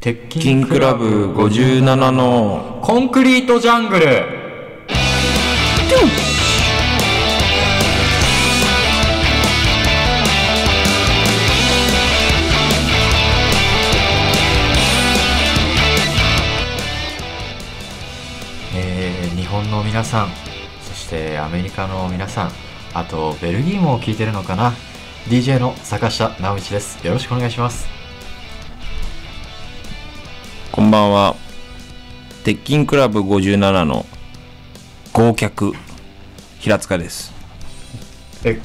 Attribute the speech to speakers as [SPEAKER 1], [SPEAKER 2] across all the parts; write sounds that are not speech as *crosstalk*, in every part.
[SPEAKER 1] 鉄
[SPEAKER 2] キンクラブ57の
[SPEAKER 1] コンクリートジャングルえー日本の皆さんそしてアメリカの皆さんあとベルギーも聞いてるのかな DJ の坂下直一ですよろしくお願いします
[SPEAKER 2] こんばんは鉄筋クラブ57の豪脚平塚です
[SPEAKER 1] え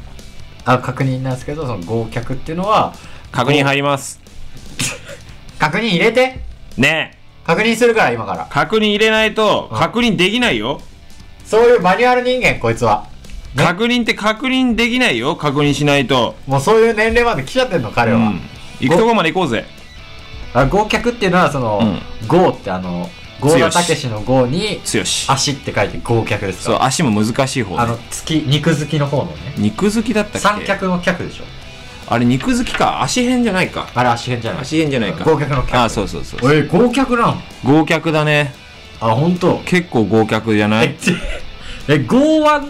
[SPEAKER 1] あ確認なんですけどその合脚っていうのは
[SPEAKER 2] 確認入ります
[SPEAKER 1] 確認入れて
[SPEAKER 2] ねえ
[SPEAKER 1] 確認するから今から
[SPEAKER 2] 確認入れないと
[SPEAKER 1] うん
[SPEAKER 2] 確認できないよ
[SPEAKER 1] そういうマニュアル人間こいつはね
[SPEAKER 2] 確認って確認できないよ確認しないと
[SPEAKER 1] もうそういう年齢まで来ちゃってんの彼
[SPEAKER 2] う
[SPEAKER 1] は、
[SPEAKER 2] ん行くとこまで行こうぜ
[SPEAKER 1] あ合脚っていうのはその「合、ってあの合田武の「合」に「
[SPEAKER 2] 剛そ
[SPEAKER 1] 足」って書いて合脚です
[SPEAKER 2] う
[SPEAKER 1] か
[SPEAKER 2] 足も難しい方
[SPEAKER 1] あの
[SPEAKER 2] ね
[SPEAKER 1] 月肉好きの方のね
[SPEAKER 2] 肉好きだったっ
[SPEAKER 1] 三
[SPEAKER 2] け
[SPEAKER 1] 脚の脚でしょ
[SPEAKER 2] あれ肉好きか足変じゃないか
[SPEAKER 1] あれ足編じゃない
[SPEAKER 2] 足変じゃないか
[SPEAKER 1] 合脚の脚
[SPEAKER 2] あそうそうそう
[SPEAKER 1] え合脚なの
[SPEAKER 2] 豪脚だね
[SPEAKER 1] あ本当。
[SPEAKER 2] 結構豪脚じゃな
[SPEAKER 1] え
[SPEAKER 2] い、
[SPEAKER 1] ちえ *laughs* 合腕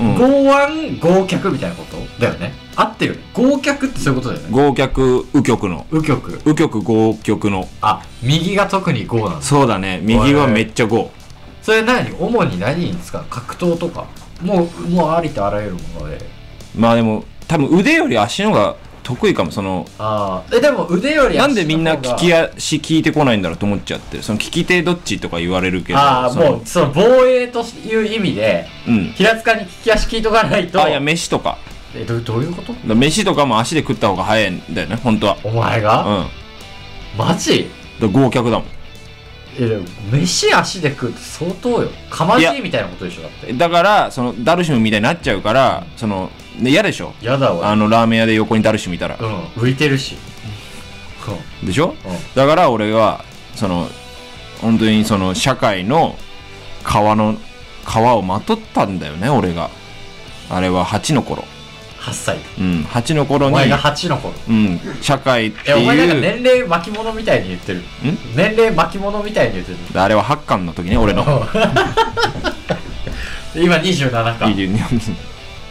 [SPEAKER 2] うん
[SPEAKER 1] 合腕合脚みたいなことだよね合ってるよね合脚ってそういうことだよね
[SPEAKER 2] 豪脚右極の
[SPEAKER 1] 右曲
[SPEAKER 2] 右極豪極の
[SPEAKER 1] あ右が特に合なんだ
[SPEAKER 2] そうだね右はめっちゃ豪
[SPEAKER 1] それ何主に何に使う格闘とかもうもうありとあらゆるもので
[SPEAKER 2] まあでも多分腕より足の方が得意かもその
[SPEAKER 1] ああえでも腕より
[SPEAKER 2] なんでみんな利き
[SPEAKER 1] 合
[SPEAKER 2] 足聞いてこないんだろうと思っちゃってその利き手どっちとか言われるけど
[SPEAKER 1] ああ
[SPEAKER 2] その
[SPEAKER 1] もうその防衛という意味で
[SPEAKER 2] うん
[SPEAKER 1] 平塚に利き足聞いとかないと
[SPEAKER 2] あいや飯とか
[SPEAKER 1] えどどういうこと
[SPEAKER 2] 飯とかも足で食った方が早いんだよね本当は
[SPEAKER 1] お前が、
[SPEAKER 2] う
[SPEAKER 1] マジ
[SPEAKER 2] んで豪脚だも
[SPEAKER 1] えでも飯足で食うって相当よかま
[SPEAKER 2] い
[SPEAKER 1] じ
[SPEAKER 2] や
[SPEAKER 1] いみたいなことでしょだって
[SPEAKER 2] んだからそのダルシムみたいになっちゃうからそのね嫌でしょ
[SPEAKER 1] やだ
[SPEAKER 2] あ
[SPEAKER 1] わ
[SPEAKER 2] のラーメン屋で横にダルシムいたら
[SPEAKER 1] うん浮いてるしうん
[SPEAKER 2] でしょ
[SPEAKER 1] うん
[SPEAKER 2] だから俺はその本当にその社会の皮の皮をまとったんだよね俺があれは8の頃
[SPEAKER 1] 8歳
[SPEAKER 2] うん8の頃
[SPEAKER 1] お
[SPEAKER 2] に
[SPEAKER 1] 前が8の頃
[SPEAKER 2] うん社会って
[SPEAKER 1] えお前なんか
[SPEAKER 2] いう
[SPEAKER 1] 年齢巻物みたいに言ってる年齢巻物みたいに言ってる
[SPEAKER 2] あれは8巻の時ね俺の
[SPEAKER 1] 今27か
[SPEAKER 2] 22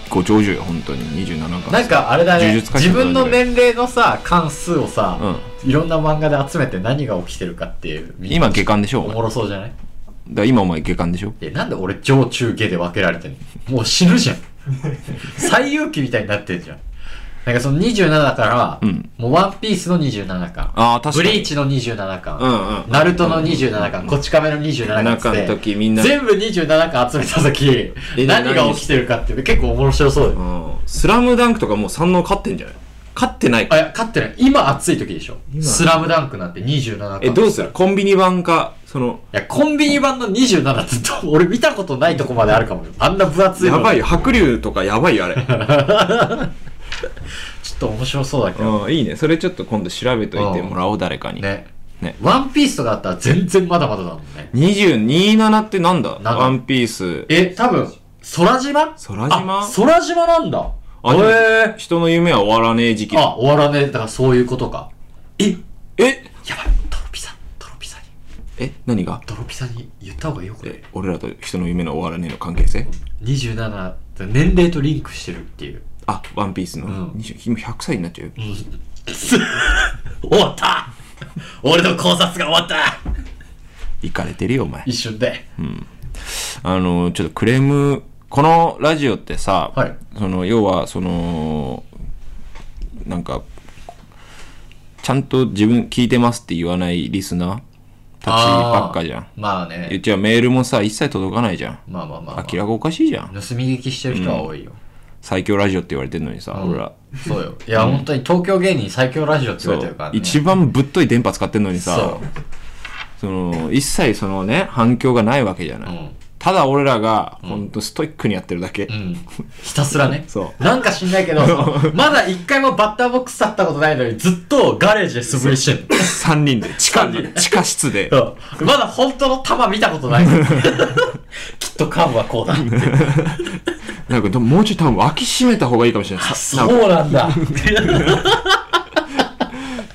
[SPEAKER 2] ご長寿よ本当に27巻
[SPEAKER 1] なんかあれだね
[SPEAKER 2] 呪術廻
[SPEAKER 1] 自
[SPEAKER 2] 戦と同じ
[SPEAKER 1] 分の年齢のさ関数をさ、
[SPEAKER 2] うん
[SPEAKER 1] いろんな漫画で集めて何が起きてるかっていう
[SPEAKER 2] 今下巻でしょお
[SPEAKER 1] お
[SPEAKER 2] 前
[SPEAKER 1] もろそうじゃない
[SPEAKER 2] だから今お前下巻でしょ
[SPEAKER 1] えなんで俺上中下で分けられてんのもう死ぬじゃん
[SPEAKER 2] *laughs*
[SPEAKER 1] 最有機みたいになってんじゃんなんかその27から、
[SPEAKER 2] うん
[SPEAKER 1] もうワンピースの27巻
[SPEAKER 2] ああ確か
[SPEAKER 1] ブ
[SPEAKER 2] に
[SPEAKER 1] リーチの27巻、
[SPEAKER 2] うんうん
[SPEAKER 1] ナルトの27巻、こち亀の27巻っつっ
[SPEAKER 2] 中の
[SPEAKER 1] て
[SPEAKER 2] 時みんな
[SPEAKER 1] 全部27巻集めた時
[SPEAKER 2] え
[SPEAKER 1] 何が
[SPEAKER 2] 何
[SPEAKER 1] 起きてるかっていう結構面白そうだよ
[SPEAKER 2] うんスラムダンクとかもう3能勝ってんじゃない勝ってない
[SPEAKER 1] あいや勝ってない今暑い時でしょ「
[SPEAKER 2] 今
[SPEAKER 1] スラムダンクなんて27巻
[SPEAKER 2] えどうするコンビニ版かその
[SPEAKER 1] いやコンビニ版の27ってどう *laughs* 俺見たことないとこまであるかもよあんな分厚いの
[SPEAKER 2] やばいよ白龍とかやばいよあれ
[SPEAKER 1] *laughs* ちょっと面白そうだけど、
[SPEAKER 2] うん、いいね。それちょっと今度調べといてもらおう、誰かに。
[SPEAKER 1] ね
[SPEAKER 2] ね
[SPEAKER 1] ワンピースとかだったら全然まだまだだもんね
[SPEAKER 2] 2027ってなんだ
[SPEAKER 1] なんだ
[SPEAKER 2] ワンピース。
[SPEAKER 1] え多分空島
[SPEAKER 2] 空島
[SPEAKER 1] あ空島なんだ
[SPEAKER 2] あでも
[SPEAKER 1] え
[SPEAKER 2] 人の夢は終わらねえ時期
[SPEAKER 1] ー、。あ終わらねえだからそういうことかえ
[SPEAKER 2] え
[SPEAKER 1] やばいトロピザトロピザに
[SPEAKER 2] え何が
[SPEAKER 1] ドロピザに言った方がいいよこれ
[SPEAKER 2] え俺らと人の夢の終わらねえの関係性
[SPEAKER 1] 27年齢とリンクしてるっていう、
[SPEAKER 2] あ、ワンピースの。
[SPEAKER 1] ん
[SPEAKER 2] 20今100歳になっちゃうよ。
[SPEAKER 1] 終わった俺の考察が終わった
[SPEAKER 2] いかれてるよ、お前。
[SPEAKER 1] 一瞬で、
[SPEAKER 2] あの、ちょっとクレーム、このラジオってさ、
[SPEAKER 1] はい
[SPEAKER 2] その、要は、その、なんか、ちゃんと自分聞いてますって言わないリスナーたちばっかじゃん。
[SPEAKER 1] まあ
[SPEAKER 2] え
[SPEAKER 1] ね
[SPEAKER 2] じゃあメールもさ一切届かないじゃん
[SPEAKER 1] まあまあまあ、まあ、
[SPEAKER 2] 明らかおかしいじゃん
[SPEAKER 1] 盗み聞きしてる人は多いよ、
[SPEAKER 2] 最強ラジオって言われてんのにさ、
[SPEAKER 1] うん
[SPEAKER 2] 俺ら
[SPEAKER 1] そうよいや、本当に東京芸人最強ラジオって言わ
[SPEAKER 2] そ
[SPEAKER 1] れてる
[SPEAKER 2] う
[SPEAKER 1] から、ね、
[SPEAKER 2] 一番ぶっとい電波使ってんのにさ
[SPEAKER 1] そ
[SPEAKER 2] その一切そのね反響がないわけじゃない、
[SPEAKER 1] うん
[SPEAKER 2] ただ俺らがほんとストイックにやってるだけ、
[SPEAKER 1] う、うん、ひたすらね
[SPEAKER 2] そ
[SPEAKER 1] なんか知んないけどまだ一回もバッターボックス立ったことないのにずっとガレージで素振りしてる
[SPEAKER 2] 3人
[SPEAKER 1] *laughs*
[SPEAKER 2] で地下の
[SPEAKER 1] 三人
[SPEAKER 2] 地下室で
[SPEAKER 1] そうまだ本当の球見たことない
[SPEAKER 2] *laughs*
[SPEAKER 1] きっとカーブはこうだ
[SPEAKER 2] なんかでももうちょい多分脇締めた方がいいかもしれないさ
[SPEAKER 1] そうなんだ
[SPEAKER 2] っ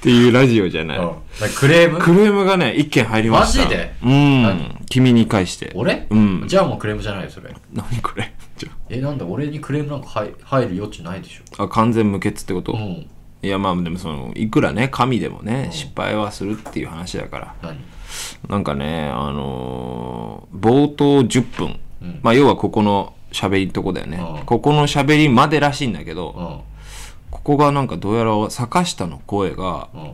[SPEAKER 2] ていうラジオじゃない。
[SPEAKER 1] だからクレーム
[SPEAKER 2] クレームがね、一件入りました。
[SPEAKER 1] マジで
[SPEAKER 2] うん
[SPEAKER 1] 何。
[SPEAKER 2] 君に返して。
[SPEAKER 1] 俺、
[SPEAKER 2] うん
[SPEAKER 1] じゃあもうクレームじゃないよそれ
[SPEAKER 2] 何これちょ
[SPEAKER 1] えなんだ俺にクレームなんか入入る余地ないでしょ
[SPEAKER 2] あ、完全無欠ってこと、
[SPEAKER 1] うん
[SPEAKER 2] いや、まあ、でもその、いくらね、神でもね、失敗はするっていう話だから。
[SPEAKER 1] 何
[SPEAKER 2] なんかね、あのー冒頭10分。
[SPEAKER 1] うん
[SPEAKER 2] まあ、要はここの喋りのとこだよね。
[SPEAKER 1] うん
[SPEAKER 2] ここの喋りまでらしいんだけど、
[SPEAKER 1] う
[SPEAKER 2] ここがなんかどうやら坂下の声が、
[SPEAKER 1] んうん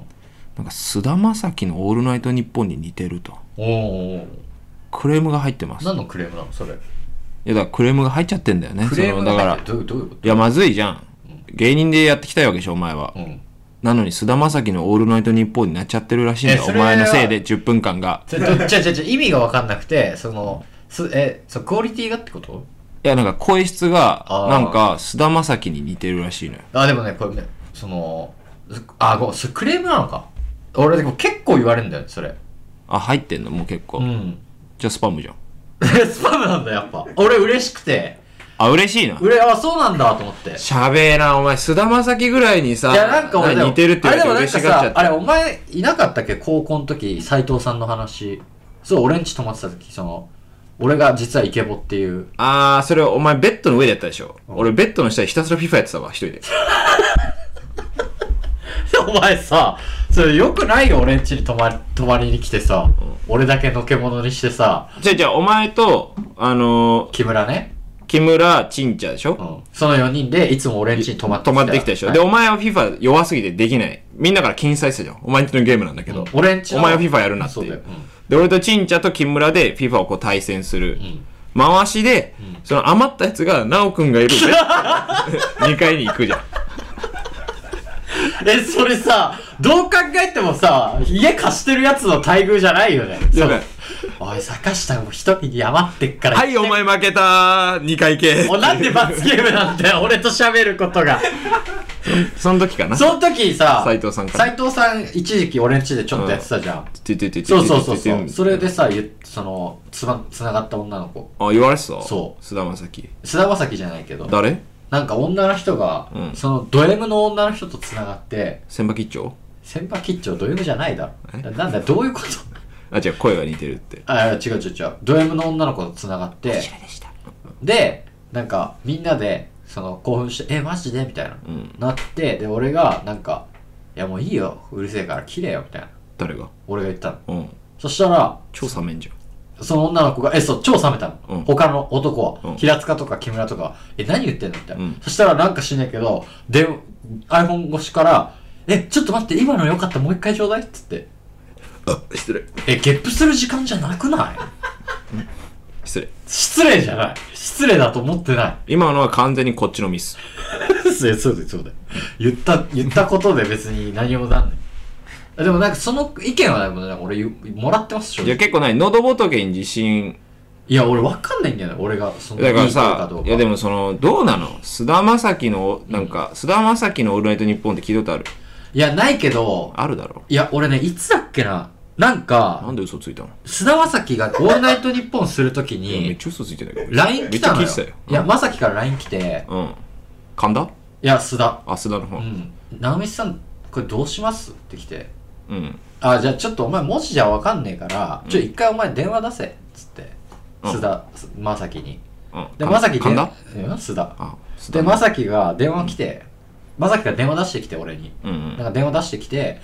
[SPEAKER 2] なんか菅田将暉の「オールナイトニッポン」に似てると。
[SPEAKER 1] おーおー
[SPEAKER 2] クレームが入ってます。い
[SPEAKER 1] 何のクレームなのそれ
[SPEAKER 2] や、だからクレームが入っちゃってんだよね。
[SPEAKER 1] クレーム
[SPEAKER 2] その
[SPEAKER 1] が入
[SPEAKER 2] だか
[SPEAKER 1] っ
[SPEAKER 2] ら
[SPEAKER 1] て、どういうどういうこ
[SPEAKER 2] いや、まずいじゃん。芸人でやってきたいわけでしょ、お前は。
[SPEAKER 1] とうん
[SPEAKER 2] なのに、菅田将暉の「オールナイトニッポン」になっちゃってるらしいんだよ
[SPEAKER 1] え。
[SPEAKER 2] お
[SPEAKER 1] それは
[SPEAKER 2] 前のせいで10分間が。
[SPEAKER 1] ちょ、ちょ、ちょ、ちょちょ、意味が分かんなくて、その、す、え、そう、クオリティがってこと
[SPEAKER 2] いや、なんか声質が、
[SPEAKER 1] あー
[SPEAKER 2] なんか菅田将暉に似てるらしいのよ。
[SPEAKER 1] あ、でもね、これね、その、すあ、ごめんすクレームなのか。俺、でも結構言われるんだよね、それ。
[SPEAKER 2] あ、入ってんのもう結構。
[SPEAKER 1] うん。 *laughs*
[SPEAKER 2] じゃあスパムじゃん。
[SPEAKER 1] スパムなんだ、やっぱ。俺、嬉しくて。
[SPEAKER 2] あ、嬉しいな。
[SPEAKER 1] 俺、あ、そうなんだ、と思って。
[SPEAKER 2] 喋らん、お前、菅田将暉ぐらいにさ、
[SPEAKER 1] いや、なんか俺でも、
[SPEAKER 2] 似てるって言
[SPEAKER 1] あ
[SPEAKER 2] わ
[SPEAKER 1] れ
[SPEAKER 2] れ
[SPEAKER 1] で
[SPEAKER 2] て
[SPEAKER 1] もなんか
[SPEAKER 2] 嬉しがっちゃっ
[SPEAKER 1] さ、
[SPEAKER 2] た
[SPEAKER 1] あれ、お前、いなかったっけ高校の時、斎藤さんの話。そう、俺んち泊まってた時、その、俺が実はイケボっていう。
[SPEAKER 2] あー、それお前ベッドの上でやったでしょ。俺ベッドの下でひたすら FIFA やってたわ、一人で。
[SPEAKER 1] *laughs* お前さ、それよくないよ、俺んちに泊まり泊まりに来てさ、俺だけのけ者にしてさ、
[SPEAKER 2] じゃあじゃあお前と、あの
[SPEAKER 1] 木村ね、
[SPEAKER 2] ー、木村、ちんちゃでし
[SPEAKER 1] う
[SPEAKER 2] ょ
[SPEAKER 1] ん、その4人でいつも俺んちに泊まって
[SPEAKER 2] 止まってきたでしょ。で、お前は FIFA 弱すぎてできない。みんなから禁止されてたじゃん。お前んちのゲームなんだけど。
[SPEAKER 1] 俺んち
[SPEAKER 2] お前は FIFA やるなって
[SPEAKER 1] そう
[SPEAKER 2] い
[SPEAKER 1] だ
[SPEAKER 2] う
[SPEAKER 1] よ。、うん
[SPEAKER 2] で、俺とちんちゃと木村で FIFA をこう対戦する。
[SPEAKER 1] ん
[SPEAKER 2] 回しで、その余ったやつが、なおく
[SPEAKER 1] *laughs*
[SPEAKER 2] んがいるベッドの2階に行くじゃん。
[SPEAKER 1] え、それさ、どう考えてもさ、家貸してるやつの待遇じゃないよね。
[SPEAKER 2] い
[SPEAKER 1] そ
[SPEAKER 2] や
[SPEAKER 1] うおい、坂下も一人に余ってっから。
[SPEAKER 2] はい、お前負けたー、2
[SPEAKER 1] *laughs*
[SPEAKER 2] 階系。
[SPEAKER 1] おなんで罰ゲームなんだよ、俺と喋ることが。
[SPEAKER 2] その時かな。
[SPEAKER 1] その時さ、
[SPEAKER 2] 斉藤さんから
[SPEAKER 1] 斉藤さん一時期俺んちでちょっとやってたじゃん
[SPEAKER 2] ててててて
[SPEAKER 1] そうそうそうそ
[SPEAKER 2] て
[SPEAKER 1] う。
[SPEAKER 2] て
[SPEAKER 1] それでさ、ゆそのつま、つながった女の子。
[SPEAKER 2] あ、言われてた。
[SPEAKER 1] そう
[SPEAKER 2] 菅田将暉。
[SPEAKER 1] 菅田将暉じゃないけど、
[SPEAKER 2] 誰
[SPEAKER 1] なんか女の人が、
[SPEAKER 2] うん
[SPEAKER 1] そのド M の女の人とつながって、
[SPEAKER 2] 千葉吉兆
[SPEAKER 1] 先輩吉兆ド M じゃないだ
[SPEAKER 2] え
[SPEAKER 1] ろ。なんだ、どういうこと
[SPEAKER 2] あ、違う、声が似てるって。
[SPEAKER 1] あ、違う違う違う。ド M の女の子とつながって、
[SPEAKER 2] でした。
[SPEAKER 1] で、なんかみんなで、その興奮して、え、マジでみたいな。
[SPEAKER 2] うん。
[SPEAKER 1] なって、で、俺が、なんか、いやもういいよ。うるせえから綺麗よ。みたいな。
[SPEAKER 2] 誰が
[SPEAKER 1] 俺が言ったの。
[SPEAKER 2] うん。
[SPEAKER 1] そしたら、
[SPEAKER 2] 超冷めんじ
[SPEAKER 1] その女の子が、え、そう、超冷めたの。
[SPEAKER 2] うん
[SPEAKER 1] 他の男は、
[SPEAKER 2] うん
[SPEAKER 1] 平塚とか木村とかは、え、何言ってんのみたいな。
[SPEAKER 2] うん
[SPEAKER 1] そしたらなんか知んないけど、で、iPhone 越しから、え、ちょっと待って、今の良かった、もう一回ちょうだいっつって。
[SPEAKER 2] ゃん。あ、失礼。
[SPEAKER 1] え、ゲップする時間じゃなくない
[SPEAKER 2] 失礼。
[SPEAKER 1] 失礼じゃない。失礼だと思ってない。
[SPEAKER 2] 今のは完全にこっちのミス。
[SPEAKER 1] そうそうだよそうだよ言った、言ったことで別に何もなんない。でもなんかその意見はでもなんか俺言うもらってます正
[SPEAKER 2] いや、
[SPEAKER 1] 直
[SPEAKER 2] 結構ない。喉仏に自信。
[SPEAKER 1] いや俺わかんないんだよね俺がその
[SPEAKER 2] だから
[SPEAKER 1] いい声
[SPEAKER 2] さ
[SPEAKER 1] どう、
[SPEAKER 2] いやでもその、どうなの菅田将暉の、なんか、菅田将暉のオールナイトニッポンって聞いたことある
[SPEAKER 1] いやないけど
[SPEAKER 2] あるだろ。
[SPEAKER 1] いや、俺ね、いつだっけな。なん
[SPEAKER 2] な
[SPEAKER 1] か、
[SPEAKER 2] んで嘘ついたの
[SPEAKER 1] 菅田将暉がオールナイトニッポンするとき
[SPEAKER 2] いやめっ
[SPEAKER 1] に、
[SPEAKER 2] ちゃ嘘ついてないから。
[SPEAKER 1] LINE
[SPEAKER 2] め
[SPEAKER 1] 来
[SPEAKER 2] っちゃ
[SPEAKER 1] たの
[SPEAKER 2] 聞
[SPEAKER 1] よ。
[SPEAKER 2] いてたよ。
[SPEAKER 1] いや、まさきから LINE 来て、
[SPEAKER 2] うん。うん。神田
[SPEAKER 1] いや、須田。
[SPEAKER 2] あ、菅田の方
[SPEAKER 1] う。ん。直美さん、これどうしますって来て。
[SPEAKER 2] うん。
[SPEAKER 1] あ、じゃあちょっとお前文字じゃわかんねえから、
[SPEAKER 2] うん
[SPEAKER 1] ちょ、一回お前電話出せ。っつって。
[SPEAKER 2] うん
[SPEAKER 1] 須田、まさきに。
[SPEAKER 2] うん。
[SPEAKER 1] で、まさき
[SPEAKER 2] 神田
[SPEAKER 1] うん須田。
[SPEAKER 2] あ、須
[SPEAKER 1] で、
[SPEAKER 2] 田
[SPEAKER 1] まさきが電話来て、まさきが電話出してきて、俺に。
[SPEAKER 2] うんうん
[SPEAKER 1] なんか電話出してきて、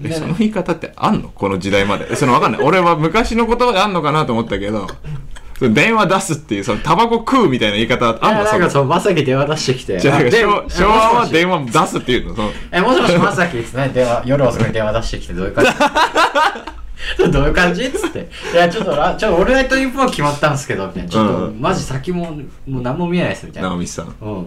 [SPEAKER 2] え
[SPEAKER 1] で
[SPEAKER 2] その言い方ってあんのこの時代まで。そのわかんない。俺は昔の言葉であんのかなと思ったけど、その電話出すっていう、そのタバコ食うみたいな言い方あ
[SPEAKER 1] あ
[SPEAKER 2] んの
[SPEAKER 1] なんか
[SPEAKER 2] その
[SPEAKER 1] そう、まさき電話出してきて。
[SPEAKER 2] じゃあなんか
[SPEAKER 1] で
[SPEAKER 2] 昭和昭和
[SPEAKER 1] もしも
[SPEAKER 2] は
[SPEAKER 1] し
[SPEAKER 2] 電話出すっていうのその
[SPEAKER 1] え、もしもし、まさきですね。電話、夜遅くに電話出してきて、どういう感じ *laughs* どういう感じっつって。いや、ちょっとな、ちょっと、オールナイトニッポンは決まったんですけど、みたいな。ちょっと、
[SPEAKER 2] うん
[SPEAKER 1] マジ先も、もう何も見えないです、みたいな。
[SPEAKER 2] 直美さん。
[SPEAKER 1] うん。い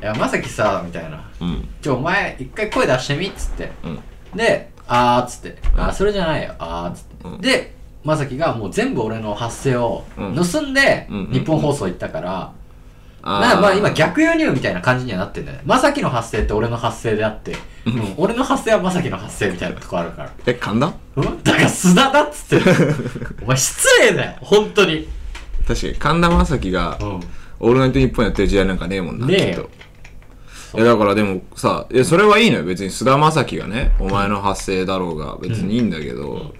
[SPEAKER 1] や、まさきさ、みたいな。
[SPEAKER 2] うん。
[SPEAKER 1] ちょ、お前、一回声出してみっつって。
[SPEAKER 2] うん。
[SPEAKER 1] で、あーっつって。あー、それじゃないよ。あーっつって。
[SPEAKER 2] うん
[SPEAKER 1] で、まさきがもう全部俺の発声を
[SPEAKER 2] うん
[SPEAKER 1] 盗んで
[SPEAKER 2] うんうん、
[SPEAKER 1] 日本放送行ったから、
[SPEAKER 2] あ
[SPEAKER 1] なんかまあ今
[SPEAKER 2] 逆
[SPEAKER 1] 逆輸入みたいな感じにはなってんだよね。まさきの発声って俺の発声であって、うん俺の発声はまさきの発声みたいなとこあるから。
[SPEAKER 2] え、神田
[SPEAKER 1] うんだから須田だっつ
[SPEAKER 2] *laughs*
[SPEAKER 1] ってる。お前失礼だよ、本当に。
[SPEAKER 2] 確かに神田正輝が
[SPEAKER 1] うん。
[SPEAKER 2] オールナイトニッポンやってる時代なんかねえもんな。
[SPEAKER 1] ねえ
[SPEAKER 2] きっと
[SPEAKER 1] と
[SPEAKER 2] いやだからでもさ、いやそれはいいのよ。別に菅田将暉がね、お前の発声だろうが別にいいんだけど、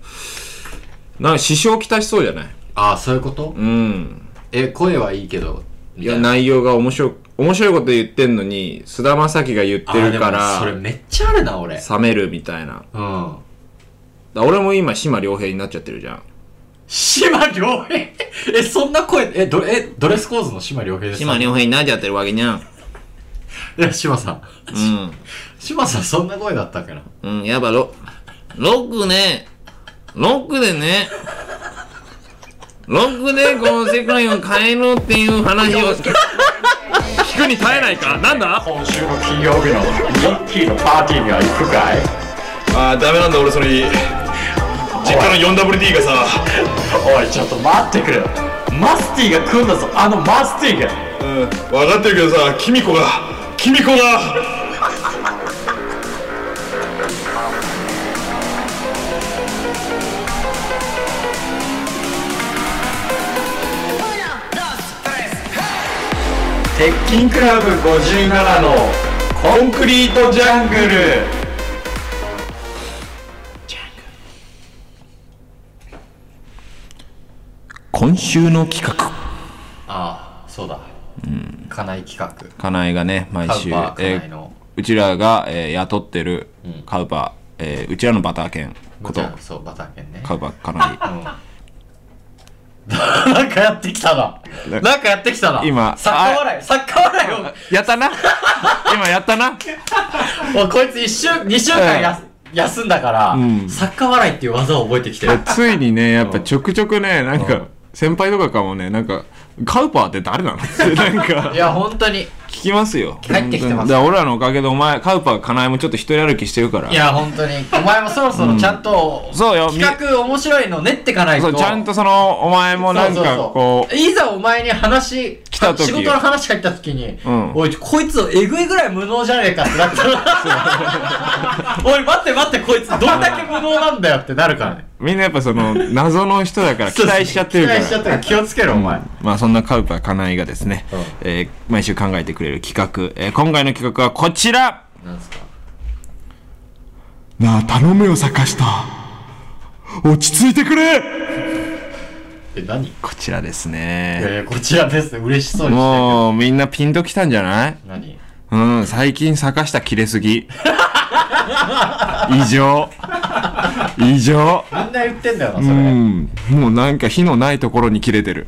[SPEAKER 2] なんか支障をきたしそうじゃない
[SPEAKER 1] ああそういうこと、
[SPEAKER 2] うん。
[SPEAKER 1] え声はいいけど
[SPEAKER 2] い
[SPEAKER 1] みた
[SPEAKER 2] や、
[SPEAKER 1] いな
[SPEAKER 2] 内容が面白い、面白いこと言ってんのに、菅田将暉が言っ
[SPEAKER 1] あ
[SPEAKER 2] てるか
[SPEAKER 1] ーでもそれ
[SPEAKER 2] ら、
[SPEAKER 1] めっちゃあるな俺
[SPEAKER 2] 冷めるみたいな。
[SPEAKER 1] うん
[SPEAKER 2] だ俺も今、島良平になっちゃってるじゃん。
[SPEAKER 1] 島良平 *laughs* えそんな声えどえドレスコーズの島良平です
[SPEAKER 2] 島良平になっちゃってるわけじゃん。
[SPEAKER 1] いや島さん
[SPEAKER 2] うん。
[SPEAKER 1] 島さんそんな声だったっけな
[SPEAKER 2] うん、やっぱロ、ロックね、ロックでね、ロックでこの世界を変えろっていう話を聞くに耐えないかなんだ
[SPEAKER 1] 今週の金曜日のミッキーのパーティーには行くかい
[SPEAKER 2] あーダメなんだ俺それ実家の 4WD がさ
[SPEAKER 1] おいちょっと待ってくれマスティが来んだぞあのマスティが
[SPEAKER 2] うん分かってるけどさキミコがキミコが
[SPEAKER 1] 鉄筋クラブ57のコンクリートジャングル
[SPEAKER 2] 今週の企画
[SPEAKER 1] ああそうだ、うん、家内企画
[SPEAKER 2] 金井がね毎週
[SPEAKER 1] カウパー
[SPEAKER 2] え
[SPEAKER 1] 家内の
[SPEAKER 2] うちらが、えー雇ってる
[SPEAKER 1] うん
[SPEAKER 2] カウパー、えーうちらのバター犬こと
[SPEAKER 1] じゃあそうバター犬ね
[SPEAKER 2] カウパー金井
[SPEAKER 1] うんなん *laughs* かやってきたな。なんかやってきたな。
[SPEAKER 2] 今
[SPEAKER 1] サッカー笑い、サッカー笑いを
[SPEAKER 2] *laughs* やったな今やったな
[SPEAKER 1] もうこいつ一週、2週間やす休んだから、
[SPEAKER 2] ん
[SPEAKER 1] サッカー笑いっていう技を覚えてきてる。
[SPEAKER 2] ついにねやっぱちょくちょくねなん
[SPEAKER 1] うん
[SPEAKER 2] か先輩とかからもねなんかカウパーって誰なの *laughs* ってなんか
[SPEAKER 1] いや、本当に。
[SPEAKER 2] 聞きますよ
[SPEAKER 1] 帰ってきてます
[SPEAKER 2] だから俺らのおかげでお前カウパーかなえもちょっと一人歩きしてるから
[SPEAKER 1] いや、本当に。お前もそろそろちゃんと、
[SPEAKER 2] そうよみ
[SPEAKER 1] 企画面白いの練ってかない
[SPEAKER 2] そ
[SPEAKER 1] と。
[SPEAKER 2] うちゃんとそのお前もなん
[SPEAKER 1] そう
[SPEAKER 2] か
[SPEAKER 1] そう
[SPEAKER 2] こ
[SPEAKER 1] そういざお前に話、
[SPEAKER 2] 来た時
[SPEAKER 1] 仕事の話が来た時に、
[SPEAKER 2] うん
[SPEAKER 1] おい、こいつえぐいぐらい無能じゃねえかってなったら、 *laughs* おい、待って待って、こいつどんだけ無能なんだよってなるからね。
[SPEAKER 2] うみんなやっぱその謎の人だから期待しちゃってるか
[SPEAKER 1] 期待しちゃっ
[SPEAKER 2] ら
[SPEAKER 1] てるから気をつけろ、お前。
[SPEAKER 2] まあそんなカウパーかなえがですね、
[SPEAKER 1] うん
[SPEAKER 2] えー毎週考えてくれる企画、えー今回の企画はこちら
[SPEAKER 1] なんすか
[SPEAKER 2] なあ頼むよ坂下落ち着いてくれ
[SPEAKER 1] え、何
[SPEAKER 2] こちらですね
[SPEAKER 1] えー、こちらです。嬉しそうにしてる
[SPEAKER 2] もうみんなピンときたんじゃない
[SPEAKER 1] けど。何
[SPEAKER 2] うん、最近坂下切れすぎ。異常。異常。
[SPEAKER 1] みんな言ってんだよな、そうれ。
[SPEAKER 2] ん、もうなんか火のないところに切れてる。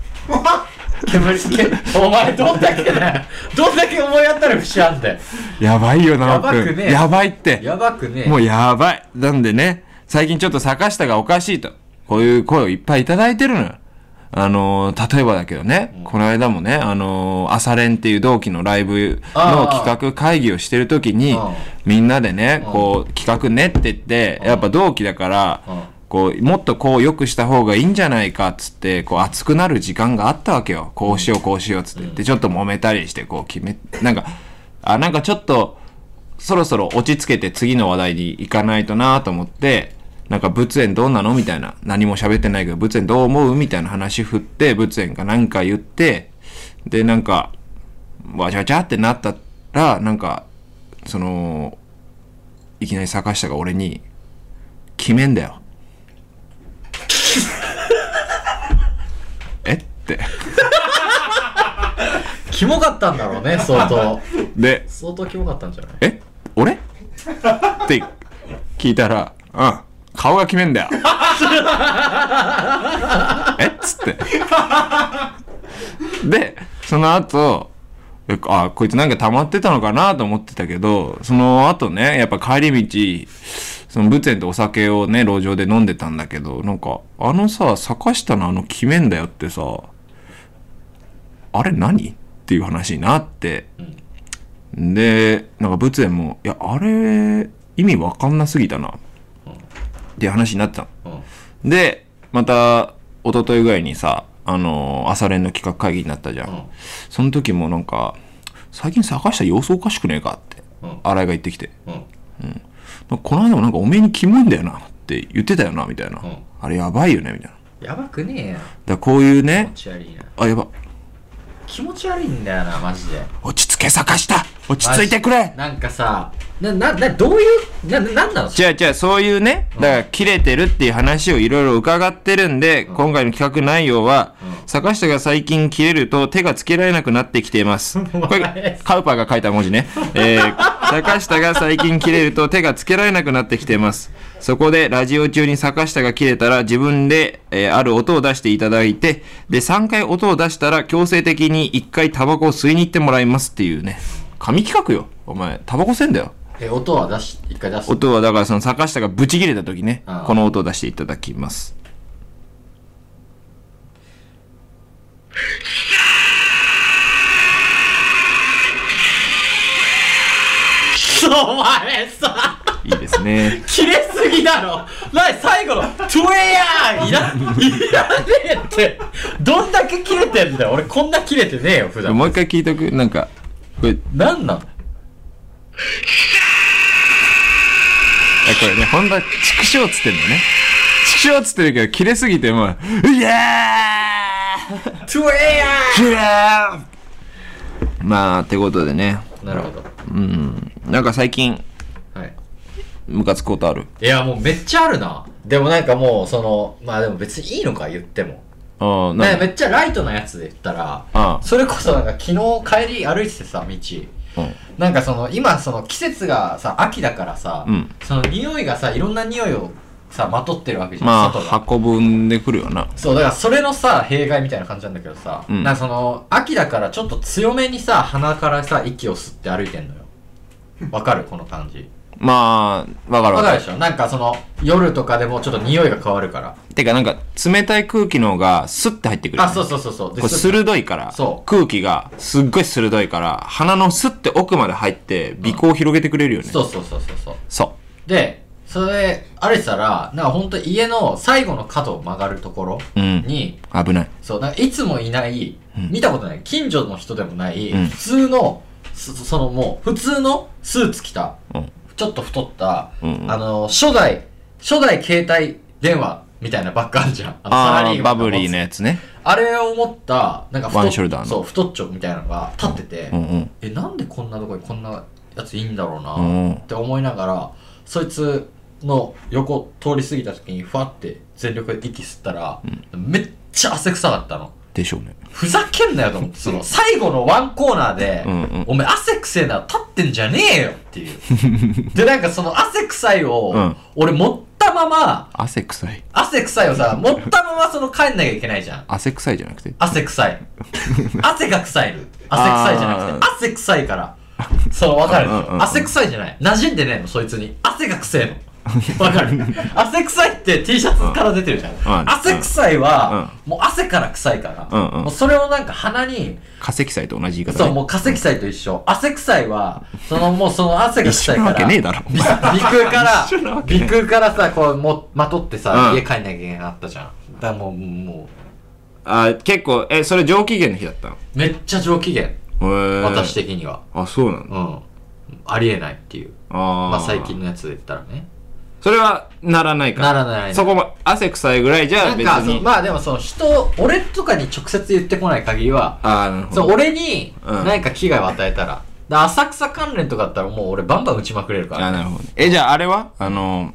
[SPEAKER 1] 煙つけ、お前どんだけだ *laughs* よ。どんだけ思い当たる節あんだよ。
[SPEAKER 2] やばいよ、なお
[SPEAKER 1] やば
[SPEAKER 2] く
[SPEAKER 1] く
[SPEAKER 2] ん。
[SPEAKER 1] ね
[SPEAKER 2] やばいって。
[SPEAKER 1] やばくね。
[SPEAKER 2] もうやばい。なんでね、最近ちょっと坂下がおかしいと。こういう声をいっぱいいただいてるのよ。あのー例えばだけどね、この間もね、あのー朝練っていう同期のライブの
[SPEAKER 1] あー
[SPEAKER 2] 企画会議をしてる時に
[SPEAKER 1] うん、
[SPEAKER 2] みんなでね、
[SPEAKER 1] うん
[SPEAKER 2] こう、企画ねって言って、やっぱ同期だから、
[SPEAKER 1] うん
[SPEAKER 2] こうもっとこう良くした方がいいんじゃないかっつってこう熱くなる時間があったわけよこうしようこうしようっつって、でちょっと揉めたりしてこう決めなんかあなんかちょっとそろそろ落ち着けて次の話題に行かないとなと思ってなんか仏縁どうなのみたいな何も喋ってないけど仏縁どう思うみたいな話振って仏縁がなんか言ってでなんかわちゃわちゃってなったらなんかそのいきなり坂下が俺に「決めんだよ」えって
[SPEAKER 1] キモかったんだろう *laughs* ね、相当。
[SPEAKER 2] で
[SPEAKER 1] 相当キモかったんじゃない
[SPEAKER 2] え俺って聞いたらうん顔が決めんだよ *laughs* えっつってでその後えあこいつなんか溜まってたのかなと思ってたけどその後ねやっぱ帰り道その仏園とお酒をね路上で飲んでたんだけどなんかあのさ坂下のあの決めんだよってさあれ何っていう話になってでなんか仏園も「いやあれ意味わかんなすぎたな」っていう話になってたの
[SPEAKER 1] うん。
[SPEAKER 2] でまた一昨日ぐらいにさあのー朝練の企画会議になったじゃん、
[SPEAKER 1] うん
[SPEAKER 2] その時もなんか「最近坂下様子おかしくねえか」って
[SPEAKER 1] うん
[SPEAKER 2] 新井が言ってきて
[SPEAKER 1] うん。
[SPEAKER 2] 「この間もなんかおめえにキモいんだよな」って言ってたよなみたいな、
[SPEAKER 1] ん
[SPEAKER 2] あれやばいよねみたいなだ
[SPEAKER 1] や
[SPEAKER 2] か
[SPEAKER 1] ばくねえよ。
[SPEAKER 2] らこういう
[SPEAKER 1] 気
[SPEAKER 2] ね
[SPEAKER 1] 持ち悪いな。
[SPEAKER 2] あやば
[SPEAKER 1] 気持ち悪いんだよな、マジで。
[SPEAKER 2] 落ち着け坂下落ち着いてくれ
[SPEAKER 1] なんかさ、な、な、な、どういう、な、ななんなの
[SPEAKER 2] じゃあじゃあそういうね、だから切れてるっていう話をいろいろ伺ってるんで、今回の企画内容は、坂下が最近切れると手がつけられなくなってきています。これ、カウパーが書いた文字ね。えー、坂下が最近切れると手がつけられなくなってきています。そこでラジオ中に坂下が切れたら自分で、えーある音を出していただいて、で、3回音を出したら強制的に1回タバコを吸いに行ってもらいますっていうね。神企画よ。お前、タバコ吸えんだよ。
[SPEAKER 1] え、音は出し、一回出す。
[SPEAKER 2] 音はだからその坂下がブチ切れた時ね
[SPEAKER 1] ああ
[SPEAKER 2] この音を出していただきます
[SPEAKER 1] *laughs* お前さ、
[SPEAKER 2] いいですね
[SPEAKER 1] 切れすぎだろなに最後の、トゥエヤーいら、いらねえって、どんだけ切れてんだよ。俺こんな切れてねえよ、普段。
[SPEAKER 2] もう一回聞いとくなんかこれあこ
[SPEAKER 1] なんなん
[SPEAKER 2] れね本当は畜生っつってんのね畜生っつってるけど切れすぎてもう「うやー!
[SPEAKER 1] トゥエヤ」
[SPEAKER 2] うやーまあってことでね
[SPEAKER 1] ーなるほど。
[SPEAKER 2] うんなんか最近
[SPEAKER 1] はい。
[SPEAKER 2] ムカつくことある
[SPEAKER 1] いや、もうめっちゃあるな。でもなんかもう、その、まあでも別にいいのか、言っても。
[SPEAKER 2] ああ
[SPEAKER 1] ね、
[SPEAKER 2] なん
[SPEAKER 1] め
[SPEAKER 2] か
[SPEAKER 1] っちゃライトなやつで言ったら、
[SPEAKER 2] あ
[SPEAKER 1] それこそなんか昨日帰り歩いててさ、道。
[SPEAKER 2] あうん
[SPEAKER 1] なんかその、今その季節がさ、秋だからさ、
[SPEAKER 2] うん
[SPEAKER 1] その匂いがさ、いろんな匂いをさ、まとってるわけじゃん、
[SPEAKER 2] ま
[SPEAKER 1] 外
[SPEAKER 2] あ
[SPEAKER 1] が。
[SPEAKER 2] 運ぶんでくるよな
[SPEAKER 1] そう、だからそれのさ、弊害みたいな感じなんだけどさ、
[SPEAKER 2] うん
[SPEAKER 1] なんかその、秋だからちょっと強めにさ、鼻からさ、息を吸って歩いてんのよ。わかるこの感じ。
[SPEAKER 2] まあわかる
[SPEAKER 1] わか
[SPEAKER 2] わか
[SPEAKER 1] る
[SPEAKER 2] る
[SPEAKER 1] でしょなんかその、夜とかでもちょっと匂いが変わるから。
[SPEAKER 2] てかなんか冷たい空気の方がスッて入ってくる
[SPEAKER 1] あ、そうそうそうそう。で
[SPEAKER 2] これ
[SPEAKER 1] す
[SPEAKER 2] 鋭いから
[SPEAKER 1] そう
[SPEAKER 2] 空気がすっごい鋭いから鼻のスッて奥まで入って鼻孔を広げてくれるよね、
[SPEAKER 1] そうそうそうそうそう。
[SPEAKER 2] そ
[SPEAKER 1] で、それ、歩いてたら、なんか本当家の最後の角を曲がるところ
[SPEAKER 2] ううん
[SPEAKER 1] に、
[SPEAKER 2] 危ない
[SPEAKER 1] そう、なんかいつもいない、
[SPEAKER 2] うん
[SPEAKER 1] 見たことない、近所の人でもない、
[SPEAKER 2] うん
[SPEAKER 1] 普通の、そそのもう、普通のスーツ着た、
[SPEAKER 2] うん
[SPEAKER 1] ちょっと太った、
[SPEAKER 2] うんうん
[SPEAKER 1] あの、初代、初代携帯電話みたいなバッグあんじゃん。あのサ
[SPEAKER 2] あ
[SPEAKER 1] ラ
[SPEAKER 2] あ
[SPEAKER 1] リー
[SPEAKER 2] ー
[SPEAKER 1] マ
[SPEAKER 2] バ
[SPEAKER 1] ンが持
[SPEAKER 2] ブ
[SPEAKER 1] つ
[SPEAKER 2] リーのやつね
[SPEAKER 1] あれを持った、なんか太っ
[SPEAKER 2] ワンショルダーの
[SPEAKER 1] そう、太っちょみたいなのが立ってて、
[SPEAKER 2] うんうん
[SPEAKER 1] え、なんでこんなとこにこんなやついいんだろうな、
[SPEAKER 2] うん
[SPEAKER 1] って思いながらそいつの横通り過ぎた時にふわって全力で息吸ったら、めっちゃ汗臭かったの
[SPEAKER 2] でしょうね
[SPEAKER 1] ふざけんなよと思ってその最後のワンコーナーで「
[SPEAKER 2] うんうん
[SPEAKER 1] お前汗臭えな立ってんじゃねえよ」っていう
[SPEAKER 2] *laughs*
[SPEAKER 1] でなんかその汗臭いを、
[SPEAKER 2] うん
[SPEAKER 1] 俺持ったまま
[SPEAKER 2] 汗臭い
[SPEAKER 1] 汗臭いをさ持ったままその帰んなきゃいけないじゃん
[SPEAKER 2] 汗臭いじゃなくて
[SPEAKER 1] 汗臭
[SPEAKER 2] *laughs*
[SPEAKER 1] い汗が臭いの汗臭いじゃなくて汗臭いからそうわかるでし
[SPEAKER 2] うんうんうん
[SPEAKER 1] ょ汗臭いじゃない馴染んでねえのそいつに汗が臭えのわか
[SPEAKER 2] *laughs*
[SPEAKER 1] る汗臭いって T シャツから出てるじゃん、
[SPEAKER 2] うん
[SPEAKER 1] 汗臭いは、もう汗から臭いから、
[SPEAKER 2] うんうん
[SPEAKER 1] もうそれをなんか鼻に
[SPEAKER 2] 化石臭いと同じ言い
[SPEAKER 1] そ
[SPEAKER 2] 方
[SPEAKER 1] う、
[SPEAKER 2] ね
[SPEAKER 1] もう化石祭と一緒。汗臭いは、そのもうその汗が臭いから。
[SPEAKER 2] 一緒なわけねえだろ
[SPEAKER 1] び鼻腔から、
[SPEAKER 2] 一緒なわけね
[SPEAKER 1] 鼻腔からさ、こう、も、まとってさ、
[SPEAKER 2] うん
[SPEAKER 1] 家帰んなきゃいけなかったじゃん。だからもう、も
[SPEAKER 2] あー結構えそれ上機嫌の日だったのへ
[SPEAKER 1] う、めっちゃ上機嫌。
[SPEAKER 2] え
[SPEAKER 1] 私的には。
[SPEAKER 2] あそうなの
[SPEAKER 1] うん。ありえないっていう。
[SPEAKER 2] ああ
[SPEAKER 1] まあ最近のやつで言ったらね。
[SPEAKER 2] それはならないから
[SPEAKER 1] ならない
[SPEAKER 2] そこも汗臭いぐらいじゃ
[SPEAKER 1] な
[SPEAKER 2] あ
[SPEAKER 1] ん
[SPEAKER 2] 別
[SPEAKER 1] か、そ
[SPEAKER 2] に
[SPEAKER 1] のまあでもその人、俺とかに直接言ってこない限りは、
[SPEAKER 2] ああなるほ
[SPEAKER 1] そ
[SPEAKER 2] ど
[SPEAKER 1] の俺に
[SPEAKER 2] うん
[SPEAKER 1] 何か危害を与えたら、だから浅草関連とかだったらもう俺バンバン打ちまくれるから。
[SPEAKER 2] あなるほどねえじゃああれはあの